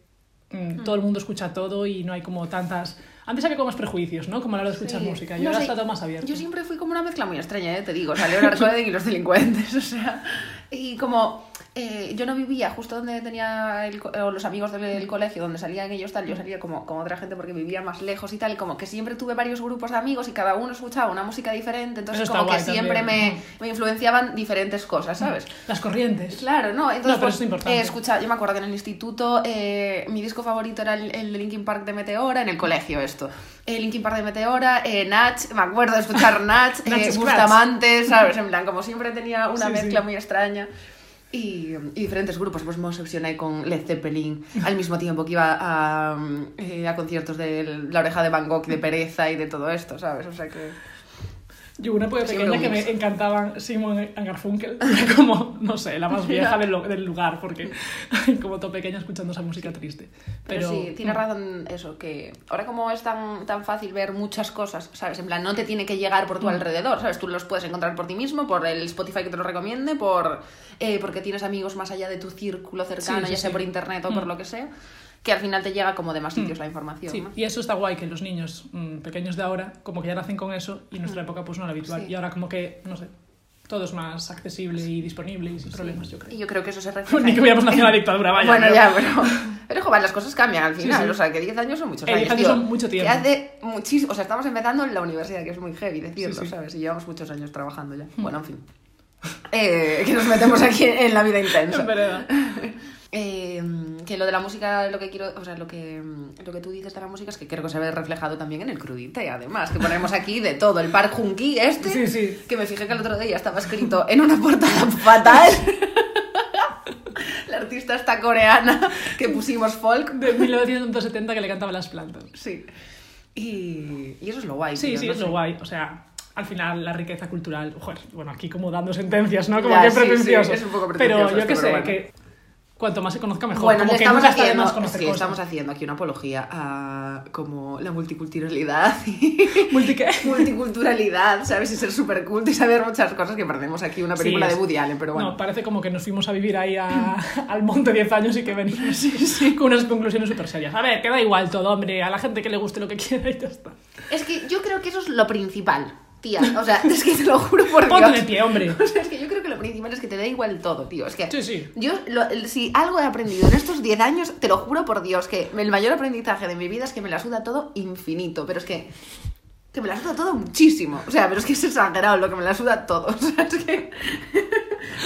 mm, todo el mundo escucha todo y no hay como tantas... Antes había como más prejuicios, ¿no? Como a la hora de escuchar Sí. música. Yo No ahora sé, está todo más abierto. Yo siempre fui como una mezcla muy extraña, ¿eh? te digo, salió el Arcoden y los delincuentes, o sea, y como eh, yo no vivía justo donde tenía el co- o los amigos del colegio, donde salían ellos tal, yo salía como con otra gente porque vivía más lejos y tal, y como que siempre tuve varios grupos de amigos y cada uno escuchaba una música diferente, entonces Eso está como que guay siempre también. me, me influenciaban diferentes cosas, ¿sabes? Las corrientes. Claro, no, entonces pero pues, eso es importante. eh, escucha, yo me acuerdo que en el instituto eh, mi disco favorito era el, el de Linkin Park de Meteora, en el colegio esto. El Linkin Park de Meteora, eh, Natch, me acuerdo de escuchar Natch, Natch eh, Scratch. Bustamante, ¿sabes? En plan, como siempre tenía una Sí, mezcla sí. muy extraña. Y, y diferentes grupos, pues me obsesioné con Led Zeppelin al mismo tiempo que iba a, mm, eh, a conciertos de La Oreja de Van Gogh, de Pereza y de todo esto, ¿sabes? O sea que... Yo una época Siempre pequeña un que me mix. encantaban Simon and Garfunkel, era como, no sé, la más vieja del, lo- del lugar, porque como todo pequeña escuchando esa música triste. Pero, Pero, mm, sí, tiene razón eso, que ahora como es tan, tan fácil ver muchas cosas, ¿sabes? En plan, no te tiene que llegar por tu Mm. alrededor, ¿sabes? Tú los puedes encontrar por ti mismo, por el Spotify que te lo recomiende, por eh, porque tienes amigos más allá de tu círculo cercano, Sí, sí, ya sea sí. por internet o por Mm. lo que sea, que al final te llega como de más sitios la información. Sí, ¿no? y eso está guay, que los niños mm, pequeños de ahora como que ya nacen con eso y en nuestra época pues no era habitual. Sí. Y ahora como que, no sé, todo es más accesible y disponible y sin problemas, yo Y creo. yo creo que eso se refleja. Ni que en- hubiéramos nacido en la dictadura, vaya. bueno, pero- ya, pero. Pero joder, las cosas cambian al final. sí. O sea, que 10 años son muchos Eh, 10 años. años tío. son mucho tiempo. Que hace muchísimo. O sea, estamos empezando en la universidad, que es muy heavy decirlo, Sí, Hmm. sí. ¿sabes? Y llevamos muchos años trabajando ya. Bueno, en fin. Eh, que nos metemos aquí en la vida intensa. En verdad. Eh, que lo de la música, lo que quiero, o sea, lo que, lo que tú dices de la música es que creo que se ve reflejado también en el crudite, además, que ponemos aquí de todo. El Park Junki este, Sí, sí. que me fijé que el otro día estaba escrito en una portada fatal. la artista está coreana que pusimos folk. De 1970 que le cantaban las plantas. Sí. Y, y eso es lo guay. Sí, tío, sí, no es sé. lo guay. O sea, al final la riqueza cultural, joder, bueno, aquí como dando sentencias, ¿no? Como Ya, que sí, sí, pretencioso. es un poco Pero pretencioso yo que esto, sé, pero bueno. que cuanto más se conozca mejor. Bueno, como le que estamos, nunca está de más haciendo, conocer sí, cosas. estamos haciendo aquí una apología a como la multiculturalidad y Multi qué? multiculturalidad, ¿sabes? Y ser súper culto y saber muchas cosas que perdemos aquí una película Sí, de es- Woody Allen, pero bueno. No, parece como que nos fuimos a vivir ahí a- al monte 10 años y que venimos con unas conclusiones súper serias. A ver, que da igual todo, hombre, a la gente que le guste lo que quiera y ya está. Es que yo creo que eso es lo principal, Tía, o sea, es que te lo juro por Dios. Ponte de pie, hombre. O sea, es que yo creo que lo principal es que te da igual todo, tío. Es que Sí, sí. yo, lo- si algo he aprendido en estos 10 años, te lo juro por Dios, que el mayor aprendizaje de mi vida es que me la suda todo infinito. Pero es que, que me la suda todo muchísimo. O sea, pero es que es exagerado lo que me la suda todo. O sea, es que...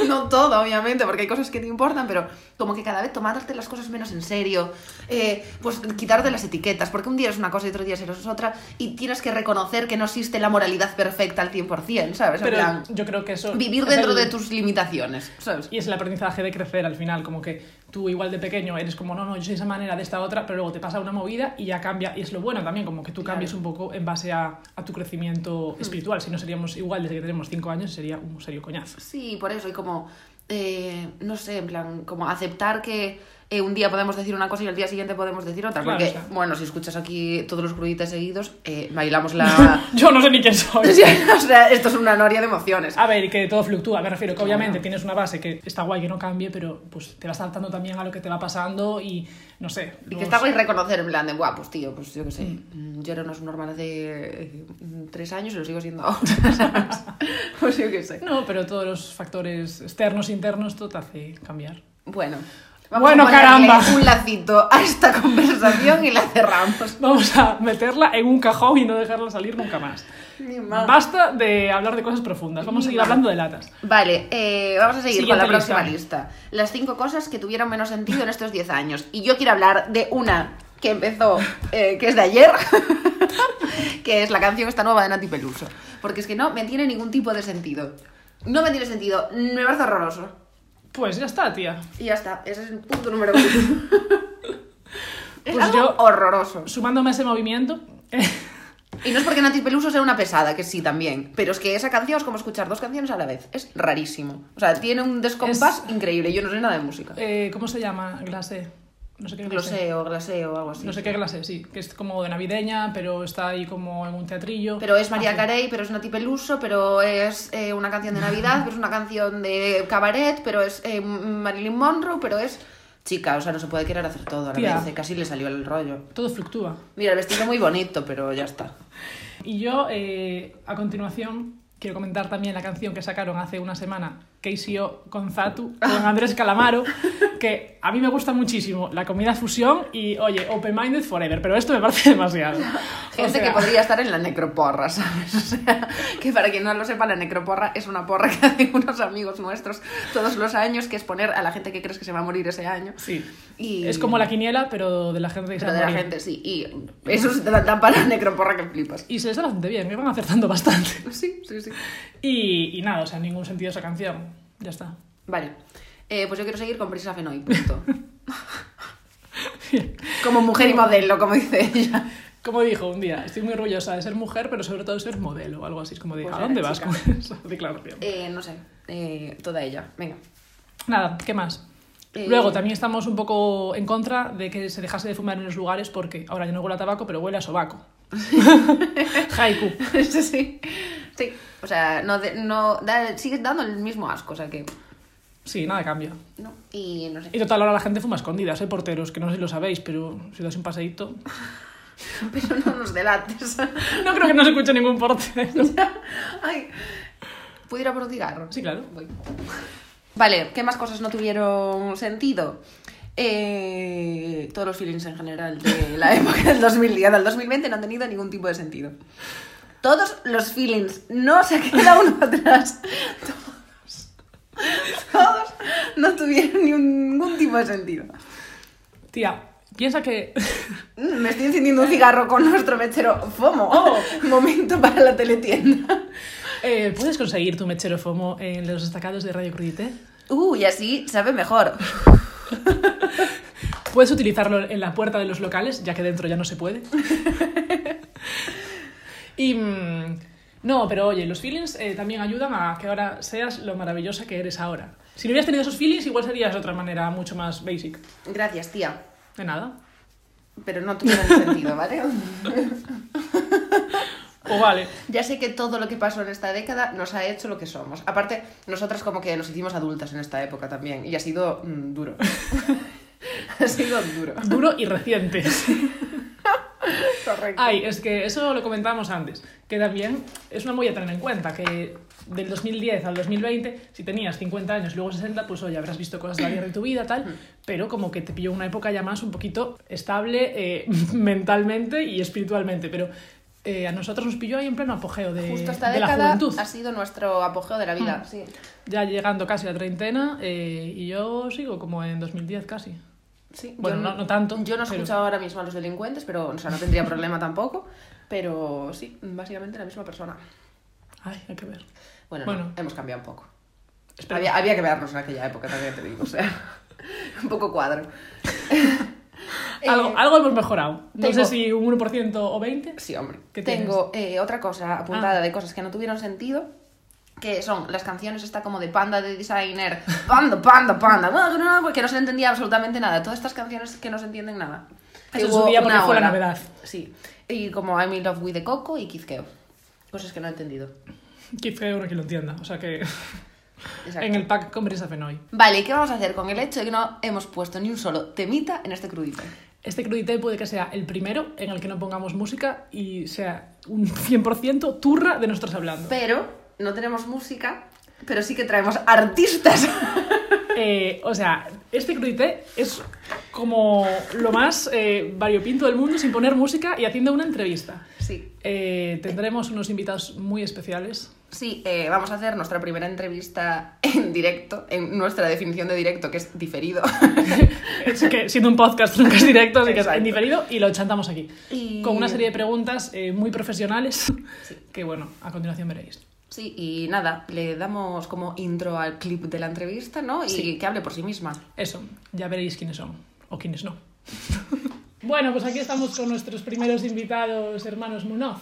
No todo, obviamente, porque hay cosas que te importan, pero como que cada vez tomarte las cosas menos en serio, eh, pues quitarte las etiquetas, porque un día es una cosa y otro día es otra, y tienes que reconocer que no existe la moralidad perfecta al 100%, ¿sabes? En Pero plan, yo creo que eso. vivir es dentro el- de tus limitaciones, ¿sabes? Y es el aprendizaje de crecer al final, como que tú igual de pequeño eres como, no, no, yo soy de esa manera, de esta otra, pero luego te pasa una movida y ya cambia. Y es lo bueno también, como que tú Claro. Hmm. cambias un poco en base a, a tu crecimiento espiritual. Si no seríamos igual desde que tenemos 5 años, sería un serio coñazo. Sí, por eso, y como, eh, no sé, en plan, como aceptar que eh, un día podemos decir una cosa y al día siguiente podemos decir otra, Claro, porque, o sea. bueno, si escuchas aquí todos los crudites seguidos, eh, bailamos la... Yo no sé ni quién soy. Sí, o sea, esto es una noria de emociones. A ver, y que todo fluctúa, me refiero que obviamente Claro. tienes una base que está guay que no cambie, pero pues te vas adaptando también a lo que te va pasando y no sé. Y los- que está guay reconocer en plan de, guau, pues tío, pues yo qué sé, mm, yo era una subnormal hace eh, mm, tres años y lo sigo siendo ahora, ¿sabes? Pues yo qué sé. No, pero todos los factores externos, e internos, todo te hace cambiar. Bueno. Bueno, a ponerle caramba. un lacito a esta conversación y la cerramos. Vamos a meterla en un cajón y no dejarla salir nunca más. Ni más. Basta de hablar de cosas profundas, vamos a seguir hablando de latas. Vale, eh, vamos a seguir con la Siguiente lista. próxima lista. Las cinco cosas que tuvieron menos sentido en estos 10 años. Y yo quiero hablar de una que empezó, eh, que es de ayer, que es la canción esta nueva de Nati Peluso. Porque es que no me tiene ningún tipo de sentido. No me tiene sentido, me parece horroroso. Pues ya está, tía. Y ya está, ese es el punto número uno. es Pues algo yo- horroroso. Sumándome a ese movimiento, eh, Y no es porque Nati Peluso sea una pesada, que sí también, pero es que esa canción es como escuchar dos canciones a la vez. Es rarísimo. O sea, tiene un descompás increíble. Yo no sé nada de música. eh, ¿cómo se llama? Glacé. No sé qué glacé. Gloseo, glaseo, algo así. No sé qué glacé, sí. Que es como de navideña, pero está ahí como en un teatrillo. Pero es María Hace- Carey, pero es Nati Peluso, pero es eh, una canción de Navidad, pero es una canción de cabaret, pero es eh, Marilyn Monroe, pero es chica, o sea, no se puede querer hacer todo a la Tía. vez, eh, casi le salió el rollo. Todo fluctúa. Mira, el vestido muy bonito, pero ya está. Y yo, eh, a continuación, quiero comentar también la canción que sacaron hace una semana, KCO con Zatu, con Andrés Calamaro, que a mí me gusta muchísimo la comida fusión y, oye, open-minded forever, pero esto me parece demasiado. O Gente sea, que podría estar en la necroporra, ¿sabes? O sea, que para quien no lo sepa, la necroporra es una porra que hacen unos amigos nuestros todos los años, que es poner a la gente que crees que se va a morir ese año. Sí. Y- Es como la quiniela, pero de la gente que se Pero va a de la morir. gente, sí. Y eso se tratan para la necroporra que flipas. Y se les da bastante bien, me van acertando bastante. Sí, sí, sí. Y, y nada, o sea, ningún sentido esa canción. Ya está. Vale. Eh, pues yo quiero seguir con Prisa Fenoy, punto. como mujer y modelo, como dice ella. Como dijo un día, estoy muy orgullosa de ser mujer, pero sobre todo de ser modelo o algo así. Es como de, Pues ¿a era dónde vas chica. con esa declaración? Eh, no sé, eh, toda ella. Venga. Nada, ¿qué más? Eh, Luego también estamos un poco en contra de que se dejase de fumar en los lugares porque ahora ya no huele a tabaco, pero huele a sobaco. Haiku. sí, sí. Sí. O sea, no, de- no da- sigue dando el mismo asco, o sea que... Sí, nada cambia. No. Y no sé. Y total, ahora la gente fuma a escondidas, ¿eh? Porteros, que no sé si lo sabéis, pero si dais un paseíto... Pero no nos delates. No creo que no se escuche ningún portero. Ay. ¿Puedo ir a por un cigarro? Sí, claro. Voy. Vale, ¿qué más cosas no tuvieron sentido? Eh, todos los feelings en general de la época del 2010 al 2020 no han tenido ningún tipo de sentido. Todos los feelings, no se queda uno atrás. Todos, todos no tuvieron ni un- ningún tipo de sentido. Tía, piensa que... Mm, Me estoy encendiendo un cigarro con nuestro mechero FOMO. Oh. Momento para la teletienda. eh, ¿Puedes conseguir tu mechero FOMO en los destacados de Radio Crudité? Uh, y así sabe mejor. Puedes utilizarlo en la puerta de los locales, ya que dentro ya no se puede. y. mm, no, pero oye, los feelings eh, también ayudan a que ahora seas lo maravillosa que eres ahora. Si no hubieras tenido esos feelings, igual serías de otra manera mucho más basic. Gracias, tía. De nada. Pero no tuvieron sentido, ¿vale? O vale. Ya sé que todo lo que pasó en esta década nos ha hecho lo que somos. Aparte, nosotras como que nos hicimos adultas en esta época también. Y ha sido mm, duro. ha sido duro. Duro y reciente. Correcto. Ay, es que eso lo comentábamos antes, que también es una muy a tener en cuenta, que del 2010 al 2020, si tenías 50 años y luego 60, pues oye, habrás visto cosas de la guerra de tu vida, Mm. tal, pero como que te pilló una época ya más un poquito estable eh, mentalmente y espiritualmente, pero eh, a nosotros nos pilló ahí en pleno apogeo de, Justo esta de la década juventud, ha sido nuestro apogeo de la vida, Ah, sí. ya llegando casi a la treintena, eh, y yo sigo como en 2010 casi. Sí, Bueno, yo no- no tanto, Yo no he pero- escuchado ahora mismo a los delincuentes, pero o sea, no tendría problema tampoco. Pero sí, básicamente la misma persona. Ay, hay que ver. Bueno, Bueno. no, hemos cambiado un poco. Espera. Había, había que vernos en aquella época, también te digo. O sea, un poco cuadro. algo, Eh, algo hemos mejorado. No tengo- sé si un 1% o 20%. Sí, hombre. ¿Qué Tengo eh, otra cosa apuntada Ah. de cosas que no tuvieron sentido. Que son las canciones, está como de panda de designer, panda, panda, panda, bueno, no, no, que no se le entendía absolutamente nada. Todas estas canciones que no se entienden nada. Eso en Hubo su día porque una fue la ola. novedad. Sí. Y como I'm in love with the Coco y Kizkeo. Cosas que no he entendido. Keith Hayward que lo entienda. O sea que Exacto. en el pack con Brisa Fenoy. Vale, ¿y qué vamos a hacer con el hecho de que no hemos puesto ni un solo temita en este crudito? Este crudité puede que sea el primero en el que no pongamos música y sea un 100% turra de nuestros hablando. Pero no tenemos música, pero sí que traemos artistas. Eh, o sea, este crudité es como lo más eh, variopinto del mundo sin poner música y haciendo una entrevista. sí. Eh, tendremos unos invitados muy especiales. Sí, eh, vamos a hacer nuestra primera entrevista en directo, en nuestra definición de directo, que es diferido. Es que siendo un podcast nunca es directo, así que es Exacto. en diferido y lo chantamos aquí. Y- Con una serie de preguntas eh, muy profesionales que, bueno, a continuación veréis. sí, y nada, le damos como intro al clip de la entrevista, ¿no? Y Sí. que hable por sí misma. Eso, ya veréis quiénes son o quiénes no. bueno, pues aquí estamos con nuestros primeros invitados, hermanos Munoz.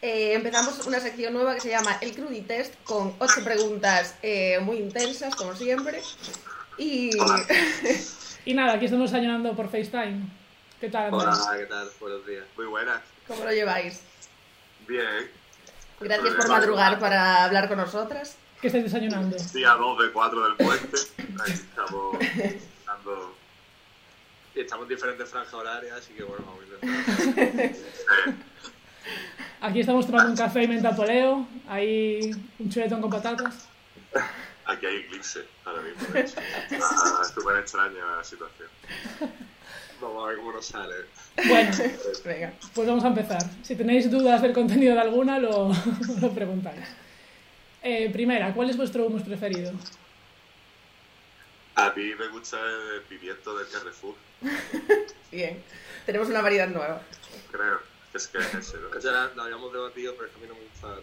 Eh, empezamos una sección nueva que se llama El Crudy Test con ocho preguntas eh, muy intensas, como siempre. Y Y nada, aquí estamos ayunando por FaceTime. ¿Qué tal, Andrés? Hola, ¿qué tal? Buenos días. Muy buenas. ¿cómo lo lleváis? Bien. Gracias por madrugar para hablar con nosotras. ¿Qué estáis desayunando? Día 2 de 4 del puente. Aquí estamos dando... Y estamos en diferentes franjas horarias, así que bueno, vamos a intentar. Aquí estamos tomando un café y mentapoleo, ahí un chuletón con patatas. Aquí hay eclipse ahora mismo. de hecho. Una súper extraña situación. Vamos a ver cómo nos sale. Bueno, Venga. pues vamos a empezar. Si tenéis dudas del contenido de alguna, lo, lo preguntáis. Eh, primera, ¿cuál es vuestro humus preferido? A mí me gusta el pimiento del Carrefour, Bien. Tenemos una variedad nueva. creo. Es que es ese, ¿no? Ya la- la habíamos debatido, pero es que a mí no me gusta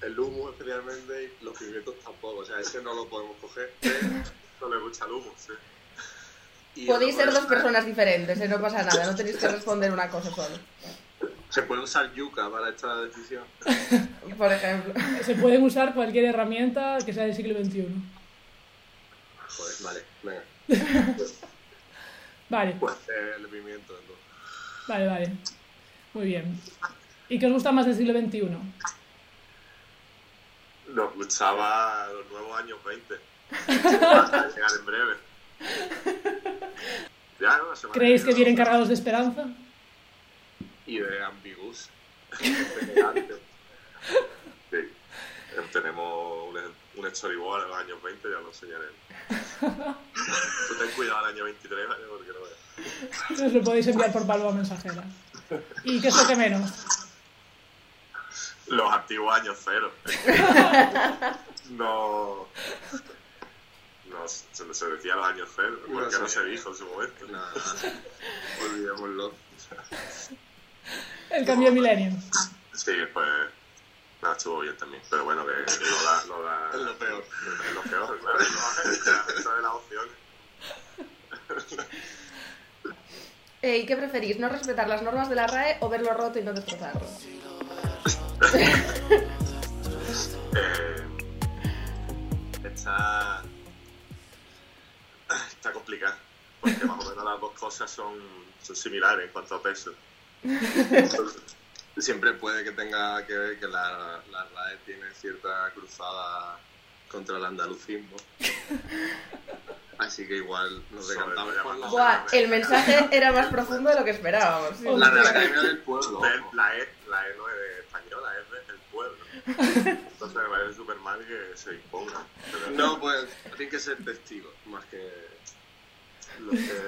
el, el humo especialmente y los pimientos tampoco. O sea, ese no lo podemos coger. No le gusta el humo, sí. Y Podéis no ser dos podemos- personas diferentes, eh, no pasa nada, no tenéis que responder una cosa solo. Se puede usar yuca para esta decisión. Por ejemplo. Se pueden usar cualquier herramienta que sea del siglo XXI. Joder, vale, venga. Vale. Pues eh, el pimiento, entonces. Vale, vale. Muy bien. ¿Y qué os gusta más del siglo XXI? Nos gustaba los nuevos años 20. Hasta llegar en breve. Ya, ¿no? La semana ¿Creéis que viene, vienen cargados de esperanza? Y de ambigus. Elegante. Sí. Eh, Tenemos un, un storyboard en los años 20, ya lo enseñaré. Tú ten cuidado al año 23, ¿vale? Porque no veas. Os lo podéis enviar por paloma mensajera. ¿Y qué es lo que menos? Los antiguos años cero. no. No, se, se decía los años cero, No porque no sé. se dijo en su momento. Nada, olvidémoslo. El cambio de milenio. Sí, pues. Nada, estuvo bien también. Pero bueno, que no da. No da Es lo peor. Es lo peor, claro. No, esa de las opciones. Eh, ¿Y qué preferís? ¿No respetar las normas de la RAE o verlo roto y no destrozarlo? Eh, está. Está complicada. Porque más o menos las dos cosas son, son similares en cuanto a peso. Siempre puede que tenga que ver que la, la RAE tiene cierta cruzada contra el andalucismo. Así que igual nos Sobre decantamos todo por la, Buah, el mensaje era más profundo de lo que esperábamos. sí. la Real Academia del Pueblo. La E, ojo. la E, la E no es de española, es de el pueblo. Entonces me parece súper mal que se imponga. Pero No, pues tienen que ser testigos, más que los que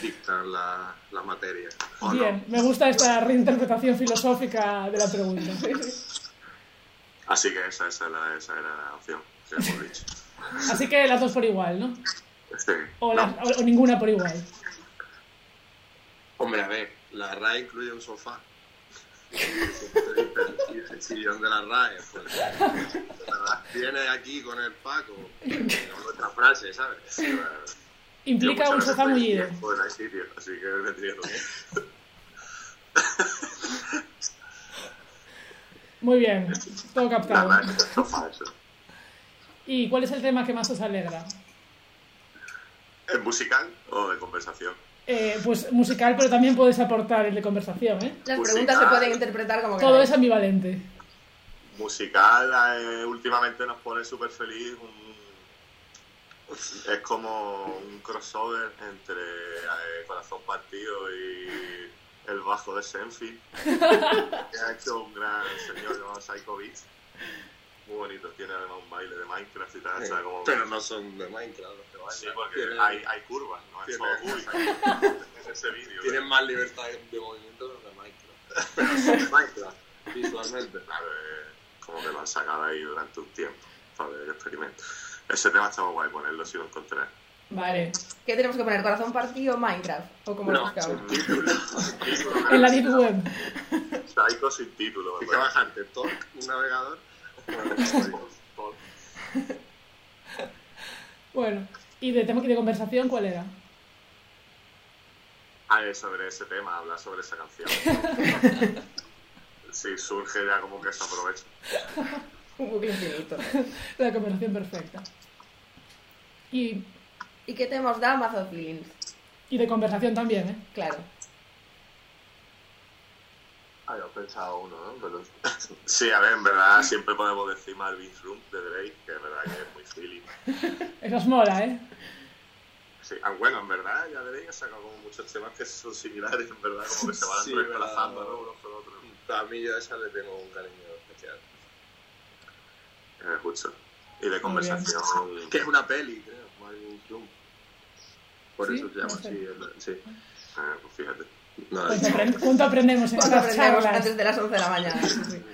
dictan la- las materias. ¿O no? Bien, me gusta esta reinterpretación filosófica de la pregunta. Así que esa, esa, era, esa era la opción que hemos dicho. Así que las dos por igual, ¿no? Sí. O, No, las- o- o ninguna por igual. Hombre, a ver, la RAE incluye un sofá. Y el sillón de la RAE, pues. Viene aquí con el Paco, con otra frase, ¿sabes? Implica yo un muchas sofá veces mullido. estoy en el sitio, así que vendría todo bien. Muy bien, todo La captado. verdad es que esto es falso. ¿Y cuál es el tema que más os alegra? ¿Es musical o de conversación? Eh, pues musical, pero también puedes aportar el de conversación, ¿eh? Las Pues preguntas sí, se ah. pueden interpretar como Todo es queráis. ambivalente. musical eh, últimamente nos pone súper feliz un- es como un crossover entre eh, Corazón Partido y el bajo de Senfi que ha hecho un gran señor llamado Psycho Beats muy bonito, tiene además un baile de Minecraft y tal, o sea, como Pero no son de Minecraft los que bailan. sí, porque Tienen- hay, hay curvas, no es solo tiene- uy, en ese vídeo Tienen más libertad de movimiento que los de Minecraft. Pero son de Minecraft, visualmente. Claro, eh, como que lo han sacado ahí durante un tiempo para ver el experimento. Ese tema está muy guay ponerlo si lo encontré. Vale. ¿Qué tenemos que poner? ¿Corazón partido o Minecraft? ¿O como lo No, buscamos? sin título. En la Deep Web. Psycho sin título. me Tienes parece. que bajarte Torque, un navegador. Bueno. ¿Y de tema de conversación cuál era? A ver, Ah, sobre ese tema, hablar sobre esa canción. Si surge ya como que se aprovecha. Un bucle infinito. La conversación perfecta. Y, ¿Y qué tema os da Amazon Feelings? y de conversación también, ¿eh? Claro. Había pensado uno, ¿no? Sí, a ver, en verdad siempre podemos decir Marvin's Room de Drake, que es verdad que es muy feeling. Eso os mola, ¿eh? Sí, ah, bueno, en verdad ya Drake ha sacado como muchos temas que son similares, en verdad, como que se van Sí, reemplazando verdad. ¿no? unos con otros. A mí yo a esa le tengo un cariño especial. Eh, Escucho. Y de conversación. Que es una peli, creo. Marvin Clum. Por Sí, eso se llama no sé. así. el- Sí. Eh, pues fíjate. No, Pues es- apren- junto aprendemos en Cuando estas aprendemos charlas. antes de las 11 de la mañana. Sí, sí.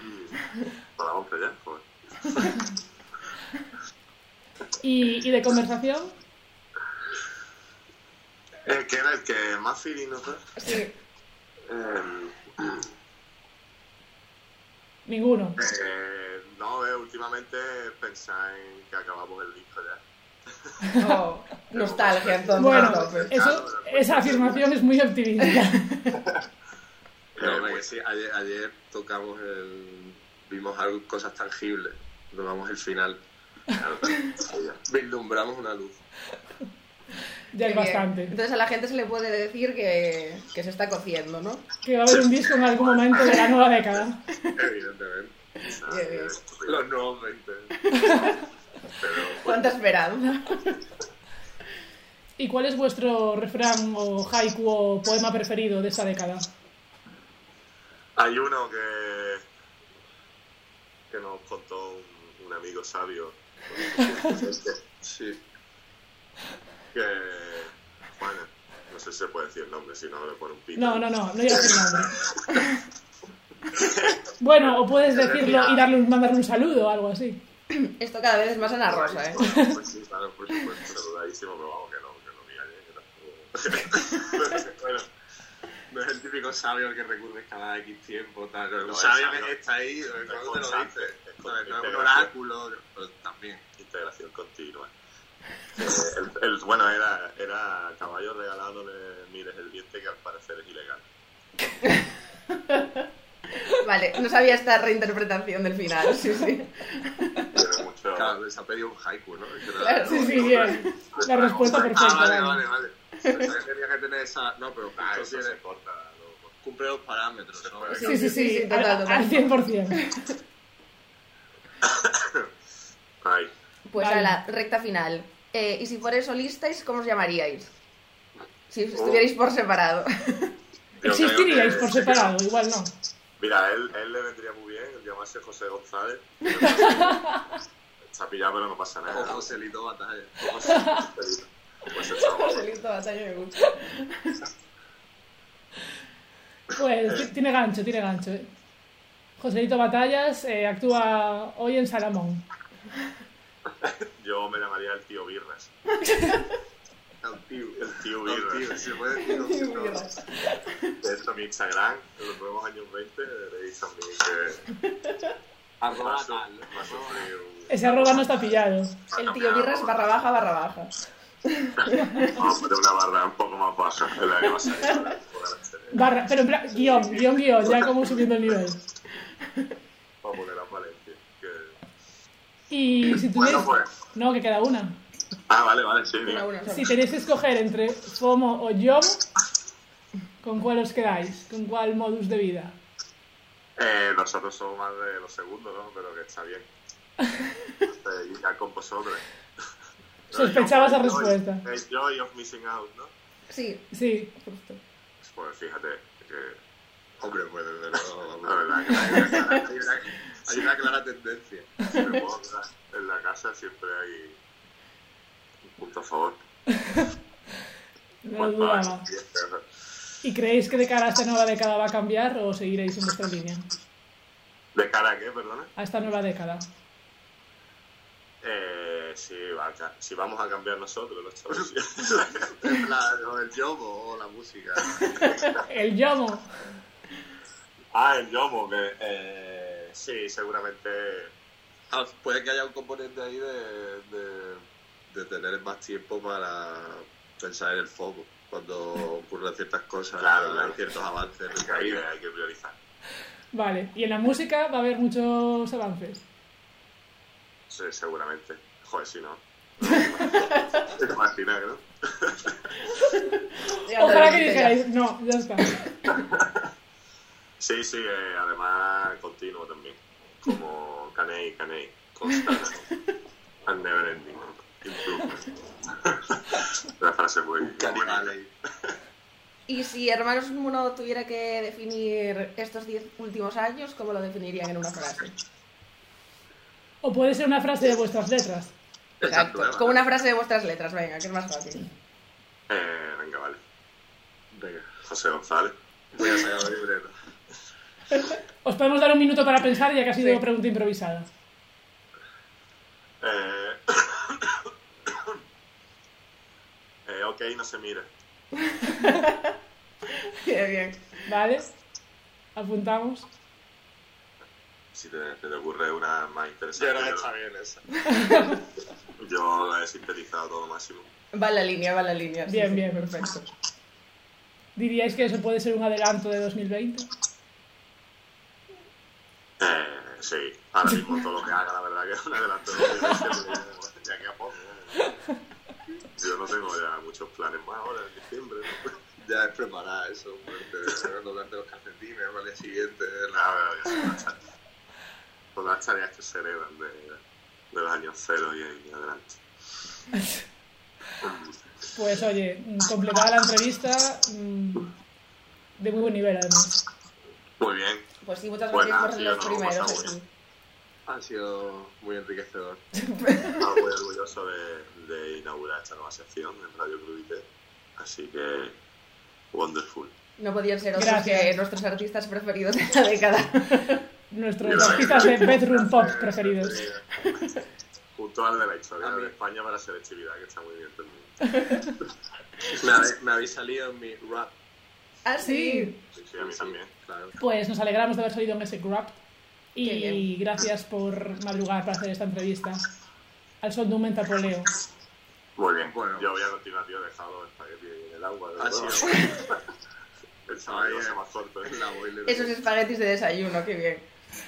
Para hombre ya, joder. ¿Y, y de conversación? Eh, que era el que más feeling nos da. Sí. Eh, Ninguno. eh, no, eh, últimamente pensar en que acabamos el disco ya. Oh, nostalgia, entonces. Bueno, eh, a tope. Eso, esa afirmación es muy optimista. La verdad Eh, que sí, ayer, ayer tocamos el. Vimos algo, cosas tangibles. Tomamos el final. Vislumbramos una luz. Ya Qué es bien. bastante. Entonces a la gente se le puede decir que, que se está cociendo, ¿no? Que va a haber un disco en algún momento de la nueva década. Evidentemente. quizá, Bien, eh, bien. Los nuevos 20. Cuánta esperanza. ¿Y cuál es vuestro refrán o haiku o poema preferido de esa década? Hay uno que, que nos contó un, un amigo sabio Sí. que, bueno, no sé si se puede decir el nombre, si no le pone un pito. No, no, no, no digas el nombre. Bueno, o puedes decirlo y darle un- mandarle un saludo o algo así. Esto cada vez es más Ana Rosa, ¿eh? Pues sí, claro, por supuesto, saludadísimo, pero vamos, que no, que no vi ayer, que tampoco. bueno, No es el típico sabio al que recurres cada X tiempo, tal. No, un es sabio sabio. que está ahí, ¿no? ¿cuándo te lo constante, dices? es No, no es un constante. oráculo, pero también. integración continua. Eh, el, el- bueno, era, era caballo regalado, le mires el diente, que al parecer es ilegal. Vale, no sabía esta reinterpretación del final, sí, sí. Tiene mucho... Claro, se ha pedido un haiku, ¿no? Que era- Claro. Sí, sí, bien. La respuesta Ah, perfecta. vale, vale. vale, vale. Pensaba que tenía que tener esa. No, pero Ah, justo eso tiene- se corta, loco. cumple los parámetros, ¿no? Sí, Sí, sí, sí, Sí, total, al, total. al 100%. Ay, Pues Vale. a la Pues recta final. Eh, y si fuerais solistas, ¿cómo os llamaríais? Si os estuvierais por separado. Yo ¿Existiríais creo que- por separado? Igual no. Mira, él, él le vendría muy bien el llamarse José González. Está pillado, pero no pasa O nada. Joselito Batalla. Pues el chaval. Joselito Batalla me gusta. Pues ti- tiene gancho, tiene gancho. ¿eh? Joselito Batallas eh, actúa hoy en Salamón. Yo me llamaría el tío Birras. Tan tío. El tío Tan tío, Birras. se puede decir. no, Tío, no. mierda. De hecho, mi Instagram, en los nuevos años 20, le dicen a mí que va a Arroba su- tal. va a sufrir un- Ese arroba no está pillado. El tío birras barra baja barra baja. Vamos a poner una barra un poco más baja de la que va a salir ahora, por la serie. Barra, pero en plan, guión, guión, guión, ya como subiendo el nivel. Vamos a poner a Valencia. que- Y si tuvierais... Bueno, pues. No, que queda una. Ah, vale, vale, sí. Una, Mira. una sola. Si tenéis que escoger entre FOMO o YOM, ¿con cuál os quedáis? ¿Con cuál modus de vida? Eh, nosotros somos más de los segundos, ¿no? Pero que está bien. Eh, y ya con vosotros. Sospechaba esa Joy, respuesta. eh, joy of missing out, ¿no? Sí, Sí. Pues fíjate que Hombre, pues desde luego. la vamos. verdad que hay una cara- Hay una- Hay una clara tendencia. siempre puedo hablar. en la casa siempre hay un punto a favor. ah, No lo Cuanto más, dudaba. bien, pero- ¿Y creéis que de cara a esta nueva década va a cambiar o seguiréis en vuestra línea? ¿De cara a qué, perdona? A esta nueva década. Eh, si, va a ca- si vamos a cambiar nosotros, los chavales. En plan, o el yomo o la música. El YOMO. ah, el Yomo, que eh, sí, seguramente Ah, Puede que haya un componente ahí de, de, de tener más tiempo para pensar en el foco cuando ocurren ciertas cosas, Claro, claro. ciertos avances. que hay, que- hay que priorizar. Vale. Y en la música va a haber muchos avances. Sí, seguramente. Joder, si no. Te imaginas, ¿no? ya lo Ojalá que dijiste ya. dijerais, no, ya está. Sí, sí, eh, además continuo también. Como Caney, Caney, constante. And never ending. Improvement. La frase muy. muy Canibal buena. ahí. Y si Hermanos Mono tuviera que definir estos 10 últimos años, ¿cómo lo definirían en una frase? O puede ser una frase de vuestras letras. Esa es Exacto. nueva, Con ¿no? una frase de vuestras letras, venga, que es más fácil. Eh, venga, vale. Venga, José González. voy a sacar la libreta. Os podemos dar un minuto para pensar ya que ha sido Sí. pregunta improvisada. Eh... eh, ok, no se mira. Bien, bien. Vale. Apuntamos. Si te, te ocurre una más Yo interesante. creo que yo- está bien esa. Yo la he sintetizado todo lo máximo. Va la línea, va la línea. sí, Bien, sí, bien. perfecto. ¿Diríais que eso puede ser un adelanto de 2020? Eh, sí, ahora mismo todo lo que haga, la verdad que es un adelanto de lo que voy a hacer, porque ya que a poco. ¿no? Yo no tengo ya muchos planes más ahora en diciembre. ¿no? Ya es preparada eso, pues, porque doblarte los calcetines para el siguiente. la- Nada, yo soy una chata. Todas las tareas que se heredan de, de los años cero y ahí adelante. Pues oye, mm, completada la entrevista mm, de muy buen nivel además. Muy bien, Pues sí, muchas Bueno, gracias por sí, ser los no, no, primeros. pasa sí. Ha sido muy enriquecedor. estaba muy orgulloso de, de inaugurar esta nueva sección en Radio Crudité. Así que, wonderful. No podían ser otros Gracias. que nuestros artistas preferidos de la década. Nuestros artistas de bedroom pop Eh, preferidos. Junto al de la historia A mí. de España para selectividad, que está muy bien también. Me, habe- me habéis salido en mi rap. Ah, Sí. sí. Sí, sí, a mí también. Claro. Pues nos alegramos de haber salido en ese grab Qué y bien. gracias por madrugar para hacer esta entrevista. Al sol de un mentapoleo. Muy bien. Bueno. Yo voy a continuar, tío, dejado los espaguetis en el agua. de Ha nuevo. sido Pensaba que iba a ser Ahí, más corto. ¿eh? la boiler. Esos espaguetis de desayuno, qué bien.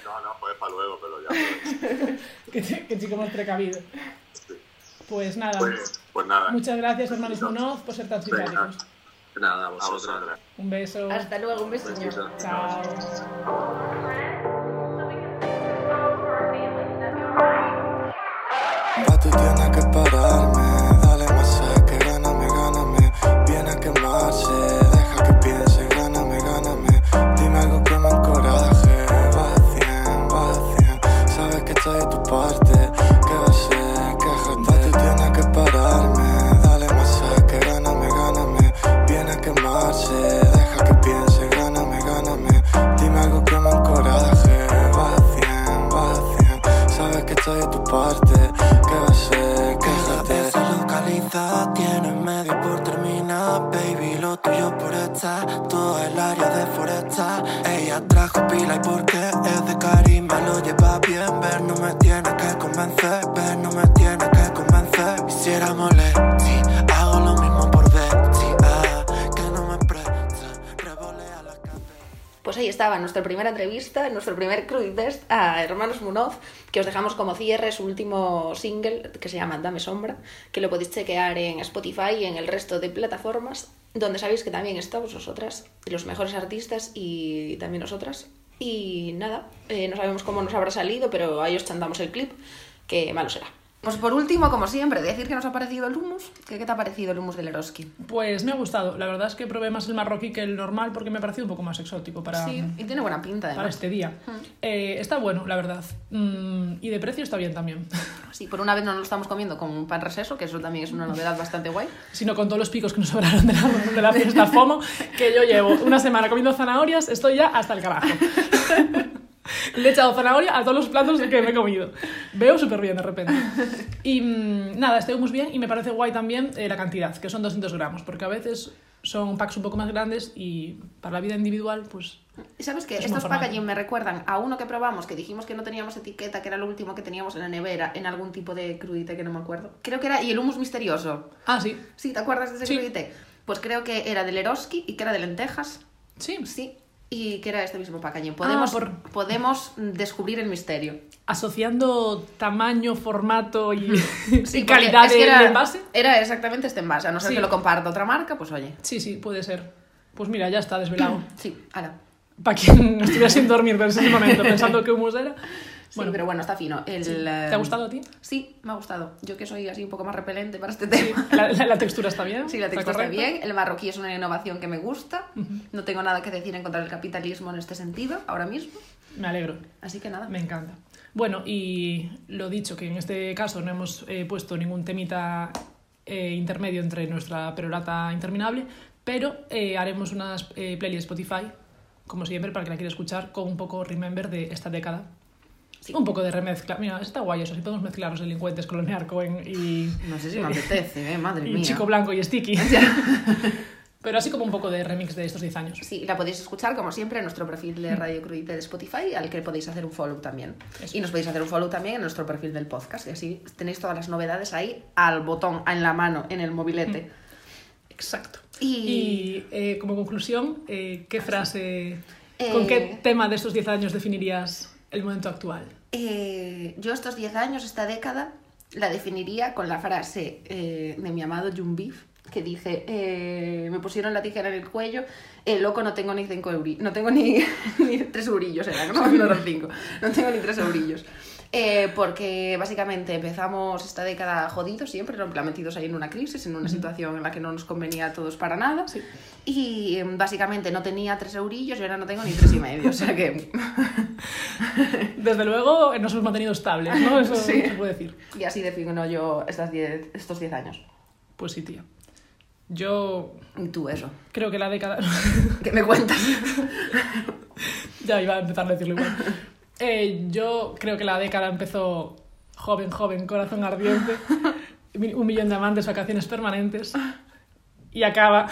No, no, pues para luego, pero ya. Qué, ch- qué chico más precavido. Pues nada. Pues, pues nada, Muchas gracias, hermanos Munoz, por ser tan simpáticos. Nada, a a vosotros. vosotras. Un beso. Hasta luego, un besillo. Besito. Chao. Pa' tú tienes que pararme área de foresta. Ella trajo pila y porque es de carisma lo lleva bien. Ver, no me tiene que convencer. Ver, no me tiene que convencer. Quisiera moler, si hago lo mismo por ver. Si, ah, que no me presta. Revolea la cabeza. Pues ahí estaba nuestra primera entrevista, nuestro primer cruditest a Hermanos Munoz, que os dejamos como cierre su último single que se llama Dame Sombra, que lo podéis chequear en Spotify y en el resto de plataformas, donde sabéis que también estamos nosotras, los mejores artistas y también nosotras. Y nada, eh, no sabemos cómo nos habrá salido, pero ahí os chandamos el clip, que malo será. Pues por último, como siempre, decir que nos ha parecido el hummus. ¿Qué, qué te ha parecido el hummus del Eroski? Pues me ha gustado. La verdad es que probé más el marroquí que el normal porque me ha parecido un poco más exótico para, Sí, Y tiene buena pinta, para además. este día. Eh, está bueno, la verdad. Mm, y de precio está bien también. Sí, por una vez no lo estamos comiendo con un pan reseso, que eso también es una novedad bastante guay. sino con todos los picos que nos sobraron de la, de la fiesta FOMO, que yo llevo una semana comiendo zanahorias, estoy ya hasta el carajo. Le he echado zanahoria a todos los platos que me he comido. Veo súper bien de repente. Y mm, nada, este hummus bien y me parece guay también eh, la cantidad, que son 200 gramos, porque a veces son packs un poco más grandes y para la vida individual, pues Y sabes que Es muy estos formal. packaging me recuerdan a uno que probamos, que dijimos que no teníamos etiqueta, que era lo último que teníamos en la nevera, en algún tipo de crudite que no me acuerdo. Creo que era, y el hummus misterioso. Ah, sí. Sí, ¿te acuerdas de ese Sí. crudité? Pues creo que era del Eroski y que era de lentejas. Sí. Sí, y que era este mismo packaging. Podemos, por- podemos descubrir el misterio. Asociando tamaño, formato y, Sí, y porque calidad es de- que era, del envase. Era exactamente este envase, a no ser Sí. que lo comparta otra marca, pues oye. Sí, sí, puede ser. Pues mira, ya está desvelado. Sí, ala. Para quien estuviera sin dormir en ese momento pensando que humus era. Sí, Bueno, pero bueno, está fino. El, em, ¿te ha gustado a ti? Sí, me ha gustado. Yo que soy así un poco más repelente para este tema. La, la- la textura está bien. Sí, la textura está correcta? bien. El marroquí es una innovación que me gusta. No tengo nada que decir en contra del capitalismo en este sentido, ahora mismo. Me alegro, Así que nada. me encanta. Bueno, y lo dicho, que en este caso no hemos eh, puesto ningún temita eh, intermedio entre nuestra perorata interminable, pero eh, haremos unas eh, playlists Spotify, como siempre, para que la quiera escuchar, con un poco remember de esta década. Un poco de remezcla. Mira, está guay eso, si podemos mezclar los delincuentes con los nearcoen y... No sé si me apetece, eh, madre y mía. Chico Blanco y Sticky. Pero así como un poco de remix de estos 10 años. Sí, la podéis escuchar como siempre en nuestro perfil de Radio Crudite de Spotify, al que podéis hacer un follow también. Eso. Y nos podéis hacer un follow también en nuestro perfil del podcast, y así tenéis todas las novedades ahí al botón, en la mano, en el mobilete. Exacto. Y, Y eh, como conclusión, eh, ¿qué frase, Eh, con qué tema de estos 10 años definirías el momento actual? eh, yo estos 10 años, esta década, la definiría con la frase eh, de mi amado Jun Beef, que dice, eh, me pusieron la tijera en el cuello, eh, loco, no tengo ni cinco euri- no tengo ni, ni tres eurillos, era, no, no eran cinco, no tengo ni tres eurillos. Eh, porque básicamente empezamos esta década jodidos siempre, ¿no? En plan, metidos ahí en una crisis, en una situación en la que no nos convenía a todos para nada. Y em, básicamente no tenía tres eurillos y ahora no tengo ni tres y medio. o sea que Desde luego, eh, nos hemos mantenido estables, ¿no? Eso Sí. se puede decir. Y así defino yo estas diez- estos 10 años. Pues sí, tía. Yo Y tú eso. creo que la década... ¿Qué me cuentas? ya iba a empezar a decirlo igual. Eh, yo creo que la década empezó joven, joven, corazón ardiente, mi- un millón de amantes, vacaciones permanentes, y acaba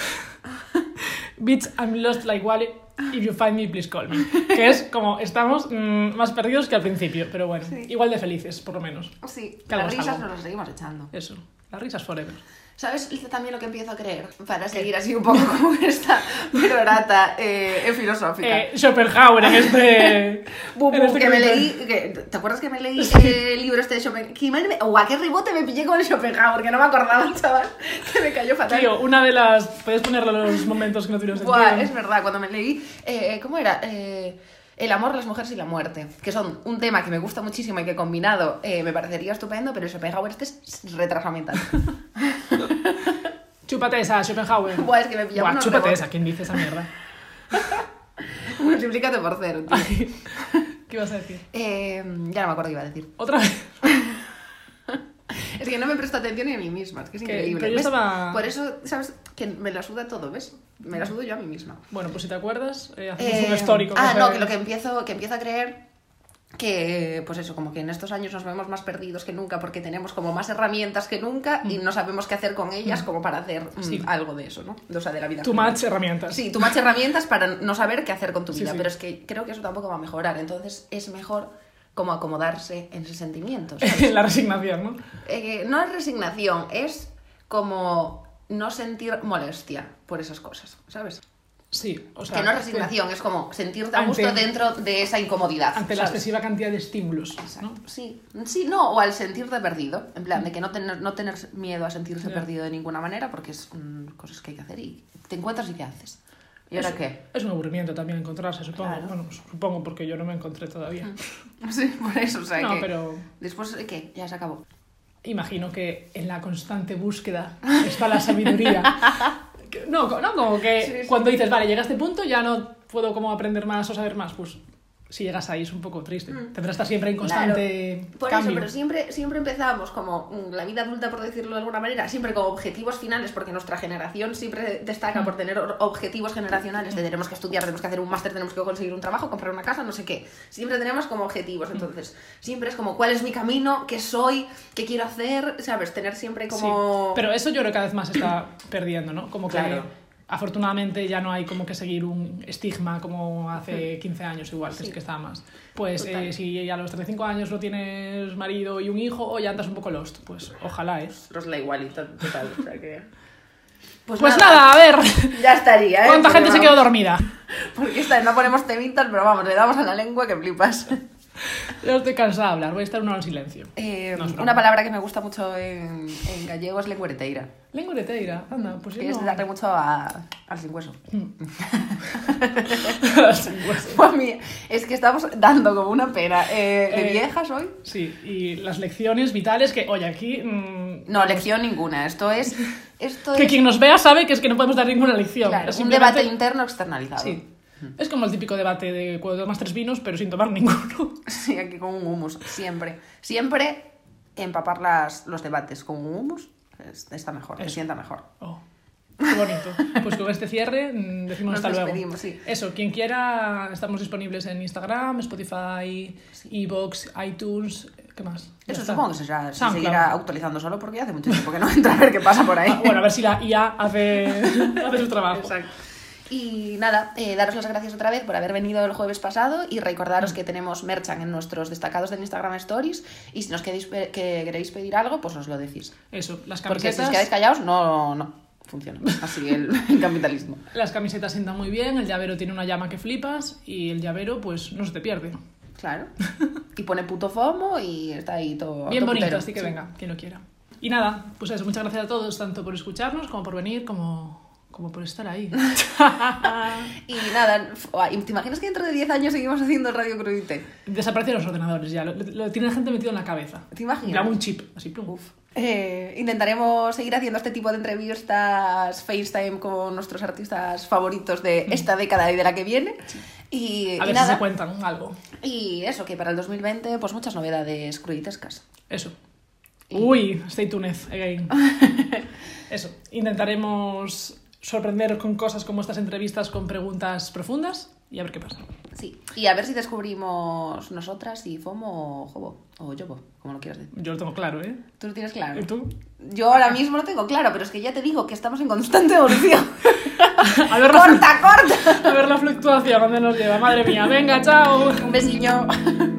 Bitch, I'm lost like Wally, if you find me, please call me. Que es como estamos mm, más perdidos que al principio, pero bueno, igual de felices, por lo menos. Sí, Que algo las es risas algo. nos las seguimos echando. Eso, las risas forever. ¿Sabes Liza, también lo que empiezo a creer? Para seguir así un poco como esta perorata eh, filosófica. Eh, Schopenhauer en este... Bu- en bu- este que me comentario. leí, que- ¿te acuerdas que me leí eh, el libro este de Schopenhauer? O a qué rebote me pillé con el Schopenhauer, que no me acordaba, chaval, que me cayó fatal. Tío, una de las... Puedes ponerle los momentos que no tuvieron sentido. Buah, es verdad, cuando me leí, eh, ¿cómo era? Eh, el amor, las mujeres y la muerte, que son un tema que me gusta muchísimo y que combinado eh, me parecería estupendo, pero Schopenhauer este es retraso mental. Chúpate esa, Schopenhauer. Buah, es que me pillaba Buah, unos chúpate rebotes. esa, ¿quién dice esa mierda? Multiplícate por cero, tío. ¿Qué ibas a decir? Eh, ya no me acuerdo qué iba a decir. Otra vez. Es que no me presto atención ni a mí misma, es que es Que- increíble. que yo ¿ves? estaba- Por eso, ¿sabes? Que me la suda todo, ¿ves? Me la sudo yo a mí misma. Bueno, pues si te acuerdas, eh, hacemos un Eh, histórico. Ah, sé. no, que lo que empiezo, que empiezo a creer que pues eso, como que en estos años nos vemos más perdidos que nunca porque tenemos como más herramientas que nunca y no sabemos qué hacer con ellas como para hacer mm, Mm. Sí. algo de eso, ¿no? O sea, de la vida. Tu general. match herramientas. Sí, tú más herramientas para no saber qué hacer con tu Sí, vida, sí. pero es que creo que eso tampoco va a mejorar, entonces es mejor como acomodarse en sus sentimientos. ¿sabes? la resignación, ¿no? Eh, no es resignación, es como no sentir molestia por esas cosas, ¿sabes? Sí, o sea. que no es resignación, es como sentirte a Ante- gusto dentro de esa incomodidad. Ante la ¿sabes? excesiva cantidad de estímulos, ¿no? Sí, sí, no, o al sentirte perdido, en plan de que no tener, no tener miedo a sentirse Ya. perdido de ninguna manera porque es mm, cosas que hay que hacer y te encuentras y qué haces. ¿Y ahora Es- qué? Es un aburrimiento también encontrarse, supongo. Claro. Bueno, supongo porque yo no me encontré todavía. Sí, por eso, o sea No, que- pero Después, ¿eh, ¿qué? Ya se acabó. imagino que en la constante búsqueda está la sabiduría. Que- no, co- no, como que Sí, sí. cuando dices, vale, llega a este punto, ya no puedo como aprender más o saber más, pues si llegas ahí es un poco triste. Tendrás que estar siempre en constante Mm. Claro. Por cambio. eso, pero siempre, siempre empezamos como mm, la vida adulta, por decirlo de alguna manera, siempre con objetivos finales, porque nuestra generación siempre destaca Mm. por tener or- objetivos generacionales de tenemos que estudiar, tenemos que hacer un máster, tenemos que conseguir un trabajo, comprar una casa, no sé qué. Siempre tenemos como objetivos, Mm. entonces siempre es como cuál es mi camino, qué soy, qué quiero hacer, ¿sabes? Tener siempre Sí, como... Pero eso yo creo que cada vez más se está perdiendo, ¿no? Como que Claro. afortunadamente ya no hay como que seguir un estigma como hace 15 años igual, que es que estaba más. Pues Mm. Total. eh, si a los 35 años no tienes marido y un hijo o ya andas un poco lost, pues ojalá, ¿eh? Nos la igualita total, o sea que... Pues, Pues nada, a ver, Ya estaría, ¿eh? ¿cuánta gente se Porque quedó vamos- dormida? Porque esta vez no ponemos temitas, pero vamos, le damos a la lengua que flipas. Yo estoy cansada de hablar, voy a estar una hora en silencio. Eh, No es broma. una palabra que me gusta mucho en, en gallego es lenguareteira, Lengureteira, anda, pues yo que es no. Pues darle mucho a- al sin hueso. Sin hueso. Mami, Pues es que estamos dando como una pena. Eh, ¿De Eh, viejas hoy? Sí, y las lecciones vitales que, oye, aquí... mm, No, lección ninguna. Esto es. Esto que es quien nos vea sabe que es que no podemos dar ninguna lección. claro, Es un simplemente- debate interno externalizado. Sí. Es como el típico debate de cuando tomas tres vinos, pero sin tomar ninguno. Sí, aquí con un humus, siempre. Siempre empapar las, los debates con un humus es- está mejor, te Eso. sienta mejor. Oh, qué bonito. Pues con este cierre mm, decimos Nos hasta luego. despedimos, sí. Eso, quien quiera, estamos disponibles en Instagram, Spotify, Evox, iTunes, ¿qué más? Ya Eso está. supongo que se, será- se SoundCloud. seguirá actualizando solo porque hace mucho tiempo que no entra a ver qué pasa por ahí. Ah, Bueno, a ver si la IA hace, hace su trabajo. Y nada, eh, daros las gracias otra vez por haber venido el jueves pasado y recordaros Mm. que tenemos merchan en nuestros destacados del Instagram Stories y si nos queréis pe- que queréis pedir algo, pues os lo decís. Eso, las Porque si os camisetas. quedáis callados, no, no funciona. Así el, el capitalismo. Las camisetas sientan muy bien, el llavero tiene una llama que flipas y el llavero pues no se te pierde. Claro. Y pone puto FOMO y está ahí todo. Bien todo bonito, putero. así que Sí. venga, quien lo quiera. Y nada, pues eso, muchas gracias a todos, tanto por escucharnos, como por venir, como, como por estar ahí. Y nada, f- ay, ¿te imaginas que dentro de 10 años seguimos haciendo Radio Crudite? Desaparecen los ordenadores ya, lo, lo tiene la gente metido en la cabeza. ¿Te imaginas? Le hago un chip, así plum. Eh, intentaremos seguir haciendo este tipo de entrevistas FaceTime con nuestros artistas favoritos de esta década y de la que viene. Y, Mm. A y ver si se nada. cuentan algo. y eso, que para el 2020, pues muchas novedades cruditescas. Eso. Uy, stay tuned again. Eso, intentaremos sorprenderos con cosas como estas entrevistas con preguntas profundas y a ver qué pasa. Sí. Y a ver si descubrimos nosotras si FOMO o Jobo, o Yobo, como lo quieras decir. Yo lo tengo claro, ¿eh? Tú lo tienes claro. ¿Y tú? Yo ahora mismo lo tengo claro, pero es que ya te digo que estamos en constante evolución. A ver, la, ¡Corta, corta! a ver la fluctuación, ¿dónde nos lleva? Madre mía, venga, chao. Un besiño.